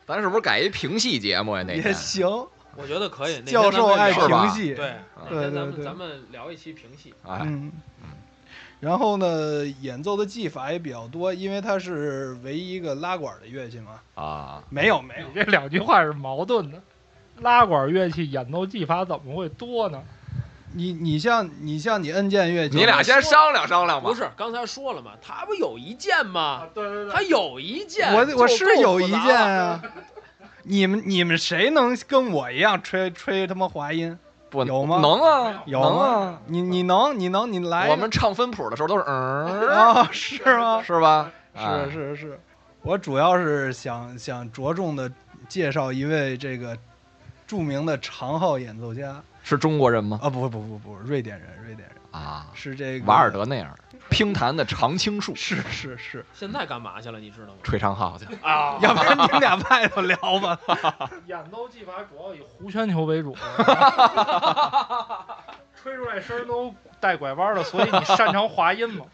[SPEAKER 4] 咱是不是改一评戏节目呀？那
[SPEAKER 3] 也
[SPEAKER 4] 天
[SPEAKER 3] 行，
[SPEAKER 1] 我觉得可以。那天
[SPEAKER 3] 教授
[SPEAKER 1] 咱们
[SPEAKER 3] 爱
[SPEAKER 1] 聊
[SPEAKER 4] 是吧
[SPEAKER 3] 评戏，
[SPEAKER 1] 对，那
[SPEAKER 4] 对
[SPEAKER 1] 天咱
[SPEAKER 3] 对对
[SPEAKER 1] 们咱们聊一期评戏，
[SPEAKER 4] 哎，
[SPEAKER 3] 嗯。然后呢，演奏的技法也比较多，因为它是唯一一个拉管的乐器嘛。
[SPEAKER 4] 啊，
[SPEAKER 3] 没有没有
[SPEAKER 2] 你，这两句话是矛盾的。拉管乐器演奏技法怎么会多呢？
[SPEAKER 3] 你你像你像你摁键乐器，
[SPEAKER 4] 你俩先商量商量吧。
[SPEAKER 1] 不，是刚才说了吗？他不有一件吗？，
[SPEAKER 2] 啊对对
[SPEAKER 1] 他有一件，
[SPEAKER 3] 啊我我
[SPEAKER 1] 就够
[SPEAKER 3] 是有一
[SPEAKER 1] 复杂
[SPEAKER 3] 件
[SPEAKER 1] 了。
[SPEAKER 3] 啊。你们你们谁能跟我一样吹吹他妈滑音？
[SPEAKER 4] 不
[SPEAKER 3] 有吗
[SPEAKER 4] 能啊，
[SPEAKER 3] 有
[SPEAKER 4] 能啊。
[SPEAKER 3] 吗？你你能你能你来呀。
[SPEAKER 4] 我们唱分谱的时候都是嗯，
[SPEAKER 3] 啊 是 吗？
[SPEAKER 4] 是吧？哎
[SPEAKER 3] 是，是是，我主要是想想着重的介绍一位这个著名的长号演奏家
[SPEAKER 4] 是中国人吗？
[SPEAKER 3] 啊，不不不不，瑞典人，瑞典人
[SPEAKER 4] 啊，
[SPEAKER 3] 是这个
[SPEAKER 4] 瓦尔德内尔，乒坛的常青树，
[SPEAKER 3] 是是是，
[SPEAKER 1] 现在干嘛去了？你知道 吗？
[SPEAKER 4] 吹长号去。
[SPEAKER 1] 啊，
[SPEAKER 3] 要不然你们俩外头聊吧。
[SPEAKER 2] 演奏技法主要以弧圈球为主，吹出来声儿都带拐弯的，所以你擅长滑音嘛？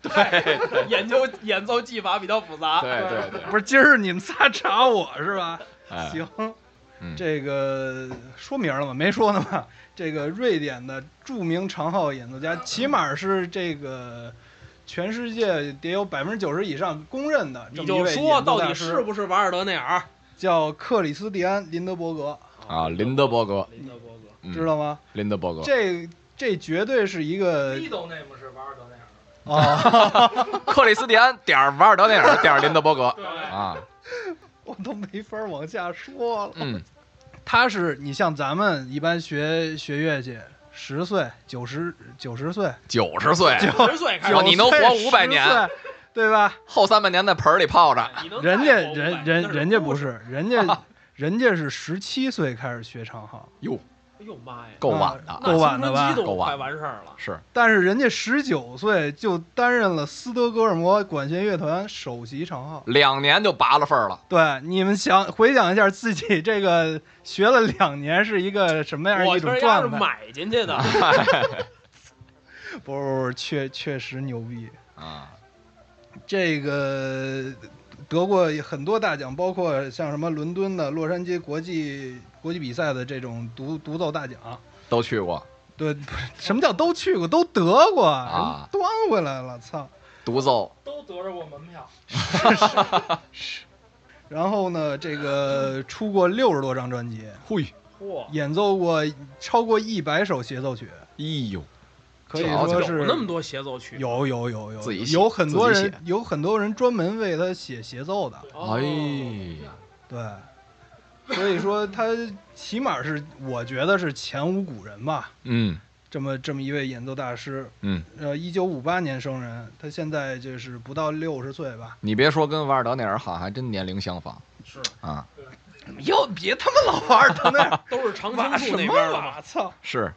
[SPEAKER 1] 研究演奏技法比较复杂。
[SPEAKER 3] 啊
[SPEAKER 4] 对对对，
[SPEAKER 3] 不是今儿你们仨查我是吧？
[SPEAKER 4] 哎，
[SPEAKER 3] 行，
[SPEAKER 4] 嗯
[SPEAKER 3] 这个说名了吗？没说呢吧？这个瑞典的著名长号演奏家，起码是这个全世界得有百分之九十以上公认的这
[SPEAKER 1] 你
[SPEAKER 3] 么一
[SPEAKER 1] 就
[SPEAKER 3] 位
[SPEAKER 1] 说
[SPEAKER 3] 演奏
[SPEAKER 1] 到
[SPEAKER 3] 大
[SPEAKER 1] 底
[SPEAKER 3] 师
[SPEAKER 1] 是不是瓦尔德内尔
[SPEAKER 3] 叫克里斯蒂安·林德伯格，
[SPEAKER 4] 啊，林德伯格，
[SPEAKER 1] 林德伯格，
[SPEAKER 4] 嗯
[SPEAKER 3] 知道吗？
[SPEAKER 4] 林德伯格，
[SPEAKER 3] 这这绝对是一个
[SPEAKER 2] Middle name 是瓦尔德那样的，
[SPEAKER 1] 哎
[SPEAKER 3] 啊！
[SPEAKER 4] 克里斯蒂安点儿瓦尔德内尔点儿林德伯格啊，
[SPEAKER 3] 我都没法往下说了。
[SPEAKER 4] 嗯
[SPEAKER 3] 他是你像咱们一般学学乐器，十岁、九十、九十岁，，
[SPEAKER 4] 九十岁，
[SPEAKER 1] 十岁开始
[SPEAKER 4] 哦
[SPEAKER 3] 九
[SPEAKER 4] 你能活
[SPEAKER 3] 岁
[SPEAKER 4] 500年，
[SPEAKER 3] 10岁对吧？
[SPEAKER 4] 后三百年在盆儿里泡着，
[SPEAKER 1] 哎
[SPEAKER 3] 嗯
[SPEAKER 1] 你能
[SPEAKER 3] 人家
[SPEAKER 1] 带我五百
[SPEAKER 3] 人人人家不，
[SPEAKER 1] 那
[SPEAKER 3] 是，人家人家是十七岁开始学长号，
[SPEAKER 1] 哎呦妈呀，
[SPEAKER 4] 够晚的
[SPEAKER 3] 啊，
[SPEAKER 1] 那
[SPEAKER 3] 够晚的
[SPEAKER 1] 青春
[SPEAKER 3] 吧
[SPEAKER 1] 期
[SPEAKER 4] 够
[SPEAKER 1] 都
[SPEAKER 4] 晚
[SPEAKER 1] 快完事儿了。
[SPEAKER 4] 是
[SPEAKER 3] 但是人家十九岁就担任了斯德哥尔摩管弦乐团首席长号。
[SPEAKER 4] 两年就拔了份儿了。
[SPEAKER 3] 对，你们想回想一下自己这个学了两年是一个什么样
[SPEAKER 1] 我
[SPEAKER 3] 一
[SPEAKER 1] 这要
[SPEAKER 3] 种
[SPEAKER 1] 是
[SPEAKER 3] 状态？
[SPEAKER 1] 买进去的，
[SPEAKER 4] 啊
[SPEAKER 3] 不不不，确确实牛逼。
[SPEAKER 4] 啊，
[SPEAKER 3] 这个得过很多大奖，包括像什么伦敦的、洛杉矶国际国际比赛的这种独独奏大奖。
[SPEAKER 4] 都去过
[SPEAKER 3] 对，不是什么叫都去过，都得过，
[SPEAKER 4] 啊
[SPEAKER 3] 人端回来了，操！
[SPEAKER 4] 独奏，
[SPEAKER 2] 都得着过门票。
[SPEAKER 3] 然后呢，这个出过六十多张专辑，
[SPEAKER 4] 嘿，
[SPEAKER 1] 嚯，
[SPEAKER 3] 演奏过超过一百首协奏曲，
[SPEAKER 4] 哎呦，
[SPEAKER 3] 可以
[SPEAKER 4] 瞧瞧
[SPEAKER 3] 说是
[SPEAKER 1] 有那么多协奏曲，
[SPEAKER 3] 有有有有
[SPEAKER 4] 自己写
[SPEAKER 3] 有很多
[SPEAKER 4] 自己
[SPEAKER 3] 人
[SPEAKER 4] 写
[SPEAKER 3] 哦有很多人专门为他写协奏的，
[SPEAKER 1] 哦
[SPEAKER 4] 哎，
[SPEAKER 3] 对。所以说他起码是我觉得是前无古人吧，
[SPEAKER 4] 嗯
[SPEAKER 3] 这么这么一位演奏大师。
[SPEAKER 4] 嗯，
[SPEAKER 3] 呃，一九五八年生人，他现在就是不到六十岁吧。
[SPEAKER 4] 你别说跟瓦尔德内尔好像还真年龄相仿
[SPEAKER 1] 是
[SPEAKER 4] 啊，
[SPEAKER 3] 又别他妈老玩他 那儿
[SPEAKER 1] 都是常
[SPEAKER 3] 挖
[SPEAKER 1] 青树
[SPEAKER 3] 什
[SPEAKER 1] 那
[SPEAKER 3] 么啊
[SPEAKER 1] 边的嘛。
[SPEAKER 3] 挖？操！
[SPEAKER 4] 是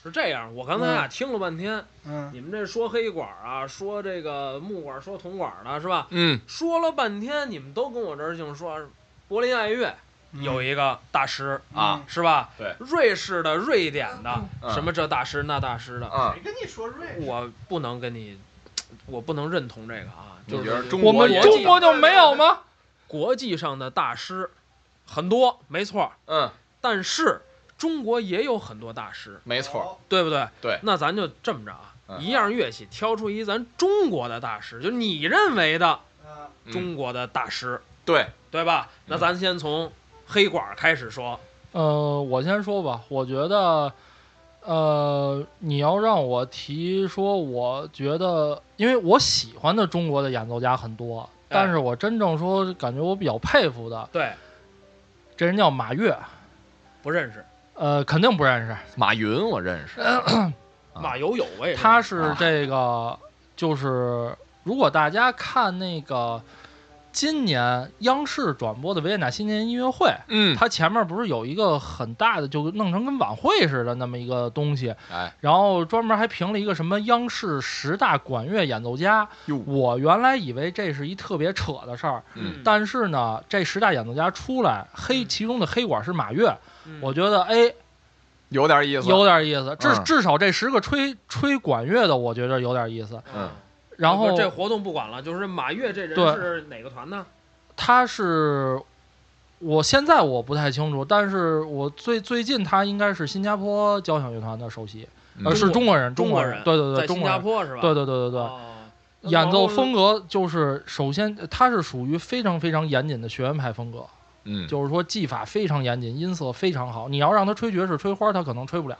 [SPEAKER 1] 是这样，我刚才啊听了半天，
[SPEAKER 3] 嗯，
[SPEAKER 1] 你们这说黑管啊，说这个木管，说铜管的是吧？
[SPEAKER 4] 嗯
[SPEAKER 1] 说了半天，你们都跟我这儿净说柏林爱乐
[SPEAKER 3] 嗯
[SPEAKER 1] 有一个大师
[SPEAKER 3] 啊
[SPEAKER 1] 是吧？
[SPEAKER 4] 对，
[SPEAKER 1] 瑞士的、瑞典的，
[SPEAKER 4] 嗯
[SPEAKER 1] 什么这大师那大师的，
[SPEAKER 4] 啊，
[SPEAKER 3] 跟你说瑞
[SPEAKER 1] 我不能跟你，我不能认同这个啊，
[SPEAKER 4] 你
[SPEAKER 1] 就
[SPEAKER 4] 觉得
[SPEAKER 1] 是
[SPEAKER 4] 中
[SPEAKER 2] 我
[SPEAKER 1] 国
[SPEAKER 2] 们
[SPEAKER 1] 际
[SPEAKER 2] 中国就没有吗？
[SPEAKER 1] 国际上的大师很多，没错儿，
[SPEAKER 4] 嗯，
[SPEAKER 1] 但是中国也有很多大师，
[SPEAKER 4] 没错，
[SPEAKER 1] 对不对？
[SPEAKER 4] 对
[SPEAKER 1] 那咱就这么着啊，
[SPEAKER 4] 嗯
[SPEAKER 1] 一样乐器挑出一咱中国的大师，就你认为的
[SPEAKER 3] 啊，
[SPEAKER 4] 嗯
[SPEAKER 1] 中国的大师，
[SPEAKER 4] 对，
[SPEAKER 1] 对吧？那咱先从黑管开始说，
[SPEAKER 2] 呃，我先说吧，我觉得，呃，你要让我提说，我觉得，因为我喜欢的中国的演奏家很多，但是我真正说感觉我比较佩服的，
[SPEAKER 1] 对，
[SPEAKER 2] 这人叫马跃，
[SPEAKER 1] 不认识
[SPEAKER 2] 呃，肯定不认识，
[SPEAKER 4] 马云我认识，啊
[SPEAKER 1] 马友友我也认识
[SPEAKER 2] 他是这个，就是如果大家看那个今年央视转播的维也纳新年音乐会，
[SPEAKER 4] 嗯，
[SPEAKER 2] 它前面不是有一个很大的，就弄成跟晚会似的那么一个东西，
[SPEAKER 4] 哎，
[SPEAKER 2] 然后专门还评了一个什么央视十大管乐演奏家
[SPEAKER 4] 哟。
[SPEAKER 2] 我原来以为这是一特别扯的事儿，
[SPEAKER 4] 嗯
[SPEAKER 2] 但是呢，这十大演奏家出来，黑其中的黑管是马跃，
[SPEAKER 1] 嗯
[SPEAKER 2] 我觉得哎
[SPEAKER 4] 有点意思，
[SPEAKER 2] 有点意思，至
[SPEAKER 4] 嗯
[SPEAKER 2] 至少这十个吹吹管乐的，我觉得有点意思。
[SPEAKER 4] 嗯
[SPEAKER 2] 然
[SPEAKER 1] 啊哦不
[SPEAKER 2] 后
[SPEAKER 1] 是这活动不管了，就是马跃这人
[SPEAKER 2] 对
[SPEAKER 1] 是哪个团呢？
[SPEAKER 2] 他是，我现在我不太清楚，但是我最最近他应该是新加坡交响乐团的首席，
[SPEAKER 4] 嗯
[SPEAKER 2] 呃，是中国人，
[SPEAKER 1] 中
[SPEAKER 2] 中
[SPEAKER 1] 国
[SPEAKER 2] 国
[SPEAKER 1] 人
[SPEAKER 2] 对对
[SPEAKER 1] 在
[SPEAKER 2] 对，中
[SPEAKER 1] 新
[SPEAKER 2] 国
[SPEAKER 1] 加
[SPEAKER 2] 人，
[SPEAKER 1] 坡是吧？
[SPEAKER 2] 对对对对对。
[SPEAKER 1] 哦
[SPEAKER 2] 演奏风格就是，首先呃它是属于非常非常严谨的学院派风格，
[SPEAKER 4] 嗯，
[SPEAKER 2] 就是说技法非常严谨，音色非常好。你要让他吹爵士、吹花，他可能吹不了，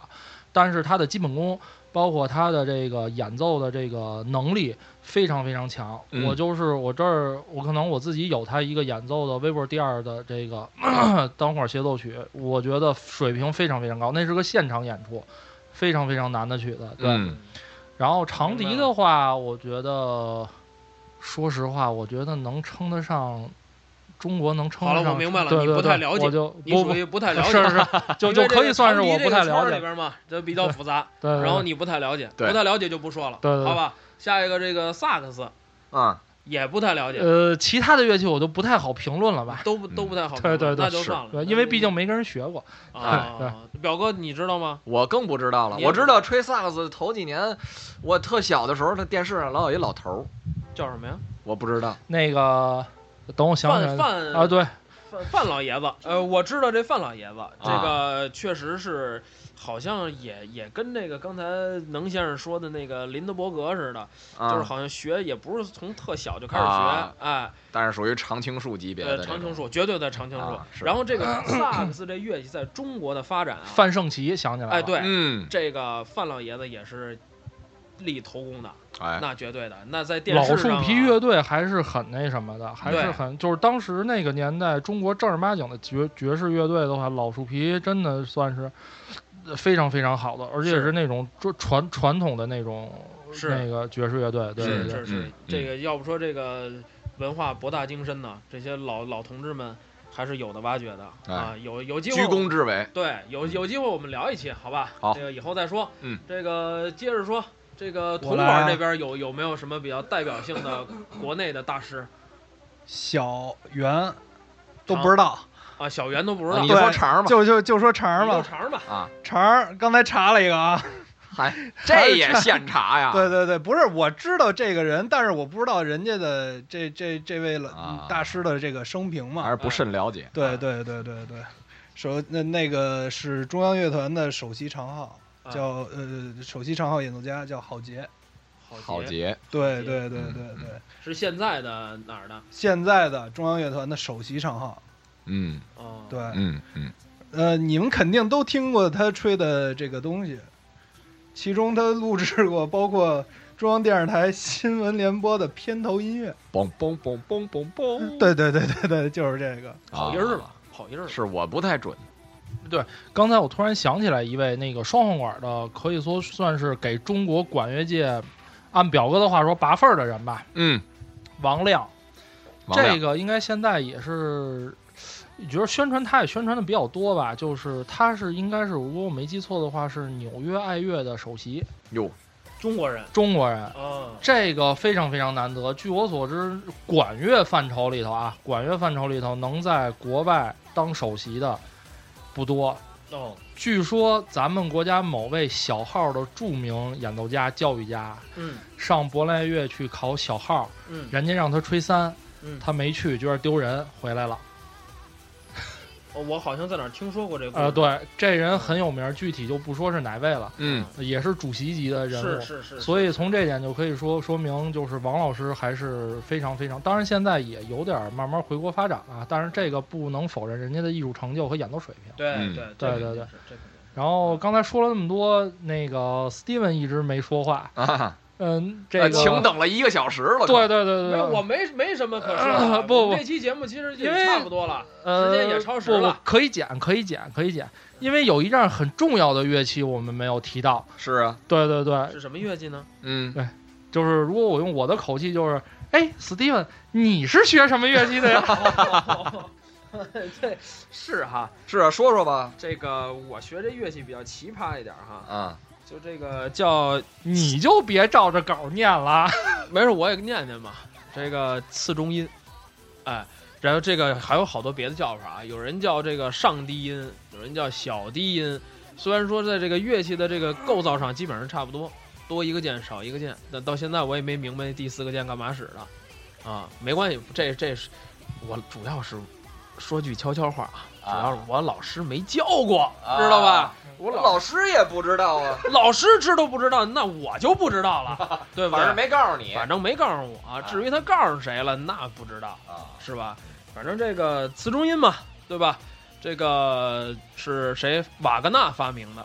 [SPEAKER 2] 但是他的基本功，包括他的这个演奏的这个能力非常非常强。
[SPEAKER 4] 嗯
[SPEAKER 2] 我就是我这儿，我可能我自己有他一个演奏的微波第二的这个 单管协奏曲，我觉得水平非常非常高，那是个现场演出，非常非常难的曲子，对。
[SPEAKER 4] 嗯
[SPEAKER 2] 然后长
[SPEAKER 1] 明
[SPEAKER 2] 笛
[SPEAKER 1] 白
[SPEAKER 2] 的话，我觉得，说实话，我觉得能称得上中国能称得上。
[SPEAKER 1] 好了我明白了
[SPEAKER 2] 对
[SPEAKER 1] 你
[SPEAKER 2] 对
[SPEAKER 1] 不
[SPEAKER 2] 对
[SPEAKER 1] 太了解
[SPEAKER 2] 我就
[SPEAKER 1] 你
[SPEAKER 2] 不
[SPEAKER 1] 属
[SPEAKER 2] 不
[SPEAKER 1] 于不太了解，
[SPEAKER 2] 是是， 就
[SPEAKER 1] 因为
[SPEAKER 2] 就
[SPEAKER 1] 这
[SPEAKER 2] 可以
[SPEAKER 1] 个
[SPEAKER 2] 算是
[SPEAKER 1] 长笛
[SPEAKER 2] 我
[SPEAKER 1] 这
[SPEAKER 2] 不
[SPEAKER 1] 个
[SPEAKER 2] 太
[SPEAKER 1] 圈儿
[SPEAKER 2] 了
[SPEAKER 1] 里
[SPEAKER 2] 解。
[SPEAKER 1] 边嘛，这比较复杂，
[SPEAKER 2] 对，
[SPEAKER 1] 然后你不太了解，
[SPEAKER 4] 对
[SPEAKER 1] 不太了解就不说了，
[SPEAKER 2] 嗯对对对
[SPEAKER 1] 好吧？下一个这个萨克斯
[SPEAKER 4] 啊，
[SPEAKER 1] 也不太了解，
[SPEAKER 2] 呃，其他的乐器我就不太好评论了吧，嗯
[SPEAKER 1] 都不都不太好评
[SPEAKER 2] 对
[SPEAKER 1] 论，
[SPEAKER 2] 对对
[SPEAKER 1] 那就是算了，
[SPEAKER 2] 对，
[SPEAKER 1] 那
[SPEAKER 2] 因为
[SPEAKER 1] 就
[SPEAKER 2] 毕竟没跟人学过。 哎
[SPEAKER 1] 啊，表哥你知道吗？
[SPEAKER 4] 我更不知道了，
[SPEAKER 1] 你也
[SPEAKER 4] 我
[SPEAKER 1] 不
[SPEAKER 4] 知道吹萨克斯头几年，我特小的时候，那电视上老有一老头儿，
[SPEAKER 1] 叫什么呀？
[SPEAKER 4] 我不知道，
[SPEAKER 2] 那个，等我想起
[SPEAKER 1] 范范
[SPEAKER 2] 来啊，对，啊
[SPEAKER 1] 范范老爷子，呃，我知道这范老爷子，这个确实是，好像也也跟那个刚才能先生说的那个林德伯格似的，
[SPEAKER 4] 啊、
[SPEAKER 1] 就是好像学也不是从特小就开始学
[SPEAKER 4] 啊，
[SPEAKER 1] 哎，
[SPEAKER 4] 但是属于常青树级别的
[SPEAKER 1] 呃，
[SPEAKER 4] 这种
[SPEAKER 1] 常青树，绝对的常青
[SPEAKER 4] 啊是
[SPEAKER 1] 树。然后 这个萨克斯这乐器在中国的发展啊，
[SPEAKER 2] 范圣琪想起来了。
[SPEAKER 1] 哎，对，
[SPEAKER 4] 嗯，
[SPEAKER 1] 这个范老爷子也是立头功的，
[SPEAKER 4] 哎，
[SPEAKER 1] 那绝对的。那在电
[SPEAKER 2] 老
[SPEAKER 1] 视
[SPEAKER 2] 树
[SPEAKER 1] 上啊
[SPEAKER 2] 皮乐队还是很那什么的，还
[SPEAKER 1] 对
[SPEAKER 2] 是很就是当时那个年代中国正儿八经的爵爵士乐队的话，老树皮真的算是呃非常非常好的，而且
[SPEAKER 1] 是
[SPEAKER 2] 是那种传传传统的那种
[SPEAKER 1] 是
[SPEAKER 2] 那个爵士乐队，对对
[SPEAKER 1] 是
[SPEAKER 4] 是
[SPEAKER 2] 对
[SPEAKER 1] 是是
[SPEAKER 4] 嗯，
[SPEAKER 1] 这个要不说这个文化博大精深呢，这些老老同志们还是有的挖掘的
[SPEAKER 4] 哎
[SPEAKER 1] 啊，有有机会
[SPEAKER 4] 居功至伟，
[SPEAKER 1] 对，有有机会我们聊一期，好吧？
[SPEAKER 4] 好
[SPEAKER 1] 这个以后再说。
[SPEAKER 4] 嗯，
[SPEAKER 1] 这个接着说，这个铜
[SPEAKER 3] 我来啊
[SPEAKER 1] 管这边有有没有什么比较代表性的国内的大师
[SPEAKER 3] 小圆都不知道，
[SPEAKER 1] 啊？小袁都不知
[SPEAKER 4] 啊
[SPEAKER 1] 道，
[SPEAKER 4] 你
[SPEAKER 3] 对
[SPEAKER 4] 说肠儿吧，
[SPEAKER 3] 就就就说
[SPEAKER 1] 你
[SPEAKER 3] 肠
[SPEAKER 1] 就
[SPEAKER 3] 吧，
[SPEAKER 1] 肠吧，
[SPEAKER 4] 啊，
[SPEAKER 3] 肠儿刚才查了一个啊，
[SPEAKER 4] 这也现查呀，
[SPEAKER 3] 对对对，不是我知道这个人，但是我不知道人家的这这这位了、
[SPEAKER 4] 啊
[SPEAKER 3] 大师的这个生平嘛，
[SPEAKER 4] 还是不甚了解，
[SPEAKER 3] 对对对对对，首那那个是中央乐团的首席长号，
[SPEAKER 1] 啊
[SPEAKER 3] 叫呃首席长号演奏家叫郝杰。
[SPEAKER 4] 好
[SPEAKER 1] 好杰
[SPEAKER 4] 杰，
[SPEAKER 3] 对
[SPEAKER 1] 杰
[SPEAKER 3] 对对对
[SPEAKER 4] 嗯
[SPEAKER 3] 对，
[SPEAKER 1] 是现在的哪儿的？
[SPEAKER 3] 现在的中央乐团的首席长号。
[SPEAKER 4] 嗯
[SPEAKER 1] 哦，
[SPEAKER 3] 对，
[SPEAKER 4] 嗯嗯，
[SPEAKER 3] 呃，你们肯定都听过他吹的这个东西，其中他录制过包括中央电视台新闻联播的片头音乐。
[SPEAKER 4] 嘣嘣嘣嘣嘣嘣，
[SPEAKER 3] 对对对对对，就是这个。
[SPEAKER 4] 好
[SPEAKER 1] 音儿嘛，好音儿。
[SPEAKER 4] 是我不太准。
[SPEAKER 2] 刚才我突然想起来一位那个双簧管的，可以说算是给中国管乐界按表哥的话说拔份儿的人吧，
[SPEAKER 4] 嗯，
[SPEAKER 2] 王亮。
[SPEAKER 4] 王亮
[SPEAKER 2] 这个应该现在也是，觉得宣传他也宣传的比较多吧。就是他是应该是，如果我没记错的话，是纽约爱乐的首席
[SPEAKER 4] 哟，
[SPEAKER 1] 中国人
[SPEAKER 2] 中国人。
[SPEAKER 1] 啊，
[SPEAKER 2] 这个非常非常难得。据我所知，管乐范畴里头啊，管乐范畴里头能在国外当首席的不多。
[SPEAKER 1] 哦，
[SPEAKER 2] 据说咱们国家某位小号的著名演奏家、教育家
[SPEAKER 1] 嗯
[SPEAKER 2] 上舶来乐去考小号，
[SPEAKER 1] 嗯，
[SPEAKER 2] 人家让他吹三
[SPEAKER 1] 嗯，
[SPEAKER 2] 他没去，觉得丢人，回来了。
[SPEAKER 1] 哦我好像在哪儿听说过这个。
[SPEAKER 2] 呃，，对，这人很有名，具体就不说是哪位了，
[SPEAKER 4] 嗯，
[SPEAKER 2] 也是主席级的人物。
[SPEAKER 1] 是是是，
[SPEAKER 2] 所以从这点就可以说说明，就是王老师还是非常非常，当然现在也有点慢慢回国发展啊，但是这个不能否认人家的艺术成就和演奏水平。
[SPEAKER 1] 对
[SPEAKER 4] 嗯
[SPEAKER 1] 对
[SPEAKER 2] 对
[SPEAKER 1] 对
[SPEAKER 2] 对对，
[SPEAKER 1] 这肯定是
[SPEAKER 2] 然后刚才说了那么多，那个 Steven 一直没说话，
[SPEAKER 4] 啊，
[SPEAKER 2] 嗯，这
[SPEAKER 4] 呃
[SPEAKER 2] 个
[SPEAKER 4] 请等了一个小时了，
[SPEAKER 2] 对对对
[SPEAKER 1] 没
[SPEAKER 2] 对
[SPEAKER 1] 有，我
[SPEAKER 2] 对，
[SPEAKER 1] 没没什么可说的
[SPEAKER 2] 呃。不不
[SPEAKER 1] 这期节目其实
[SPEAKER 2] 因
[SPEAKER 1] 也
[SPEAKER 2] 为
[SPEAKER 1] 差不多了。
[SPEAKER 2] 呃，
[SPEAKER 1] 时间也超时
[SPEAKER 2] 不
[SPEAKER 1] 了
[SPEAKER 2] 不可以减，可以减，可以减，因为有一样很重要的乐器我们没有提到，
[SPEAKER 4] 是啊，
[SPEAKER 2] 对对对，
[SPEAKER 1] 是什么乐器呢？
[SPEAKER 4] 嗯，
[SPEAKER 2] 就是如果我用我的口气，就是，哎，Steven，你是学什么乐器 的呀？
[SPEAKER 1] 对，是哈，
[SPEAKER 4] 是啊，说说吧，
[SPEAKER 1] 这个我学这乐器比较奇葩一点哈，
[SPEAKER 4] 啊，
[SPEAKER 1] 就这个叫
[SPEAKER 2] 你就别照着稿念了。
[SPEAKER 1] 没事，我也念念嘛。这个次中音，哎，然后这个还有好多别的叫法啊，有人叫这个上低音，有人叫小低音。虽然说在这个乐器的这个构造上基本上差不多，多一个键少一个键，但到现在我也没明白第四个键干嘛使的，啊，没关系，这这是我主要是说句悄悄话啊，主要是我老师没教过，知道吧？
[SPEAKER 4] 啊我老师也不知道啊，
[SPEAKER 1] 老师知道不知道？那我就不知道 了，对吧？
[SPEAKER 4] 反正没告诉你
[SPEAKER 1] 反正没告诉我。
[SPEAKER 2] 啊
[SPEAKER 1] 至于他告诉谁了，那不知道，
[SPEAKER 4] 啊，
[SPEAKER 1] 是吧？反正这个词中音嘛，对吧？这个是谁？瓦格纳发明的，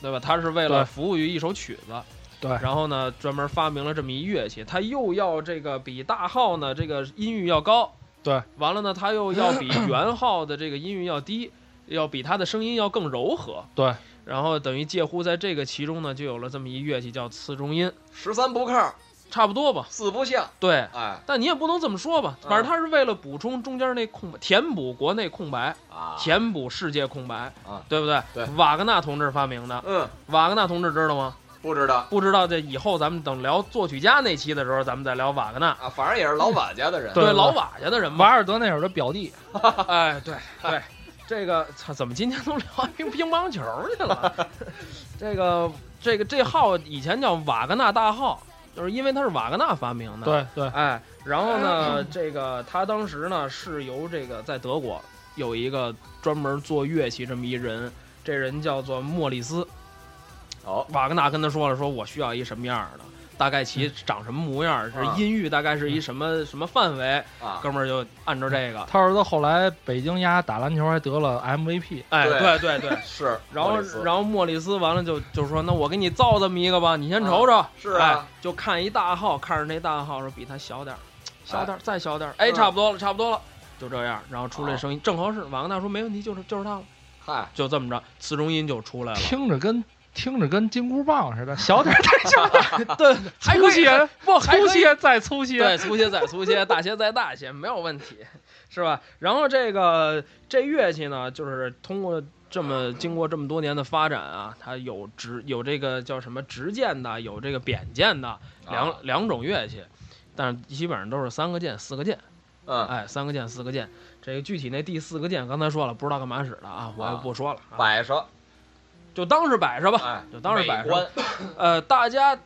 [SPEAKER 1] 对吧？他是为
[SPEAKER 2] 对
[SPEAKER 1] 了服务于一首曲子，
[SPEAKER 2] 对
[SPEAKER 1] 然后呢，专门发明了这么一乐器，他又要这个比大号呢这个音域要高，
[SPEAKER 2] 对。
[SPEAKER 1] 完了呢，他又要 比原号的这个音域要低，要比他的声音要更柔和，
[SPEAKER 2] 对。
[SPEAKER 1] 然后等于介乎在这个其中呢，就有了这么一乐器叫次中音，
[SPEAKER 4] 十三不靠，
[SPEAKER 1] 差不多吧？
[SPEAKER 4] 四不像，
[SPEAKER 1] 对，
[SPEAKER 4] 哎
[SPEAKER 1] 但你也不能这么说吧，
[SPEAKER 4] 嗯
[SPEAKER 1] 反正他是为了补充中间那空白，填补国内空白，
[SPEAKER 4] 啊，
[SPEAKER 1] 填补世界空白
[SPEAKER 4] 啊，
[SPEAKER 1] 对不对？
[SPEAKER 4] 对
[SPEAKER 1] 瓦格纳同志发明的，
[SPEAKER 4] 嗯，
[SPEAKER 1] 瓦格纳同志知道吗？
[SPEAKER 4] 不知道
[SPEAKER 1] 不知道，这以后咱们等聊作曲家那期的时候，咱们再聊瓦格纳。
[SPEAKER 4] 啊，反正也是老瓦家的人，
[SPEAKER 2] 对
[SPEAKER 1] 老瓦家的人
[SPEAKER 2] 瓦
[SPEAKER 1] 嘛，
[SPEAKER 2] 尔德内尔的表弟，
[SPEAKER 1] 哎，对对，这个操，怎么今天都聊乒乒乓球去了？ 这个这个这号以前叫瓦格纳大号，就是因为它是瓦格纳发明的。
[SPEAKER 2] 对对，
[SPEAKER 1] 哎，然后呢，这个他当时呢是由这个在德国有一个专门做乐器这么一人，这人叫做莫里斯。
[SPEAKER 4] 哦，
[SPEAKER 1] 瓦格纳跟他说了，说我需要一什么样的，大概
[SPEAKER 4] 嗯
[SPEAKER 1] 其长什么模样，
[SPEAKER 4] 啊
[SPEAKER 1] 是音域大概是一什么什么范围，
[SPEAKER 4] 啊，嗯
[SPEAKER 1] 哥们儿就按照这个。
[SPEAKER 2] 他儿子后来北京鸭打篮球还得了 MVP，
[SPEAKER 1] 哎，
[SPEAKER 4] 对
[SPEAKER 1] 对对对，
[SPEAKER 4] 是，
[SPEAKER 1] 然后
[SPEAKER 4] 莫里斯
[SPEAKER 1] 然后莫里斯完了就就说，那我给你造这么一个吧，你先瞅瞅。
[SPEAKER 4] 是啊
[SPEAKER 1] 哎，就看一大号，看着那大号说比他小点儿，小点儿，再小点儿，哎，差不多了，差不多了，就这样。然后出来声音正合适，瓦格纳说没问题，就是就是他了，
[SPEAKER 4] 嗨，
[SPEAKER 1] 就这么着，词中音就出来了。
[SPEAKER 2] 听着跟听着跟金箍棒似的，小点儿太小点儿，对，
[SPEAKER 1] 还
[SPEAKER 2] 粗
[SPEAKER 1] 可以
[SPEAKER 2] 些
[SPEAKER 1] 不， 还
[SPEAKER 2] 粗
[SPEAKER 1] 可以
[SPEAKER 2] 些再粗些，
[SPEAKER 1] 对，粗些再粗些，大些再大些，没有问题，是吧？然后这个这乐器呢，就是通过这么经过这么多年的发展啊，它有直有这个叫什么直键的，有这个扁键的，两、
[SPEAKER 4] 啊
[SPEAKER 1] 两种乐器，但是基本上都是三个键、四个键，
[SPEAKER 4] 嗯，
[SPEAKER 1] 哎，三个键、四个键。这个具体那第四个键，刚才说了，不知道干嘛使的啊，我也不说了，啊、
[SPEAKER 4] 摆设，
[SPEAKER 1] 就当是摆设吧，
[SPEAKER 4] 哎，
[SPEAKER 1] 就当是摆
[SPEAKER 4] 美
[SPEAKER 1] 设
[SPEAKER 4] 观，
[SPEAKER 1] 呃，大家